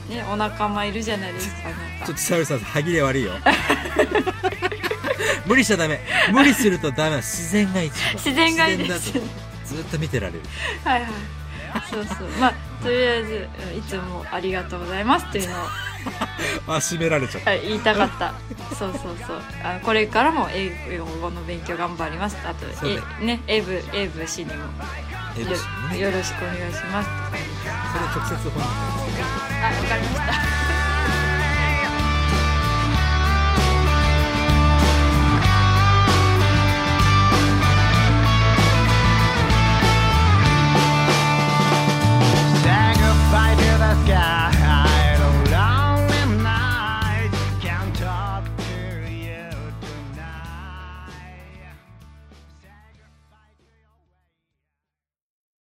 [SPEAKER 2] ねお仲間いるじゃないですかな
[SPEAKER 1] ち
[SPEAKER 2] ん
[SPEAKER 1] ょっ
[SPEAKER 2] か
[SPEAKER 1] とサウルさん、歯切れ悪いよ。 [laughs] 無理しちゃダメ。無理するとダメ。自然が一番。
[SPEAKER 2] 自然がいいで
[SPEAKER 1] 自
[SPEAKER 2] す
[SPEAKER 1] 然だとずっと見てられる。
[SPEAKER 2] はいはいそうそうまあとりあえずうんいつもありがとうございますっていうのを
[SPEAKER 1] あ、締められちゃった。
[SPEAKER 2] はい言いたか
[SPEAKER 1] [laughs]
[SPEAKER 2] ったそうそうそうあのこれからも英語の勉強頑張りますあと
[SPEAKER 1] そうだよ
[SPEAKER 2] えね英部英部氏にもよ
[SPEAKER 1] エブシンね。
[SPEAKER 2] よろしくお願いします
[SPEAKER 1] それ直接本人に
[SPEAKER 2] あわかりました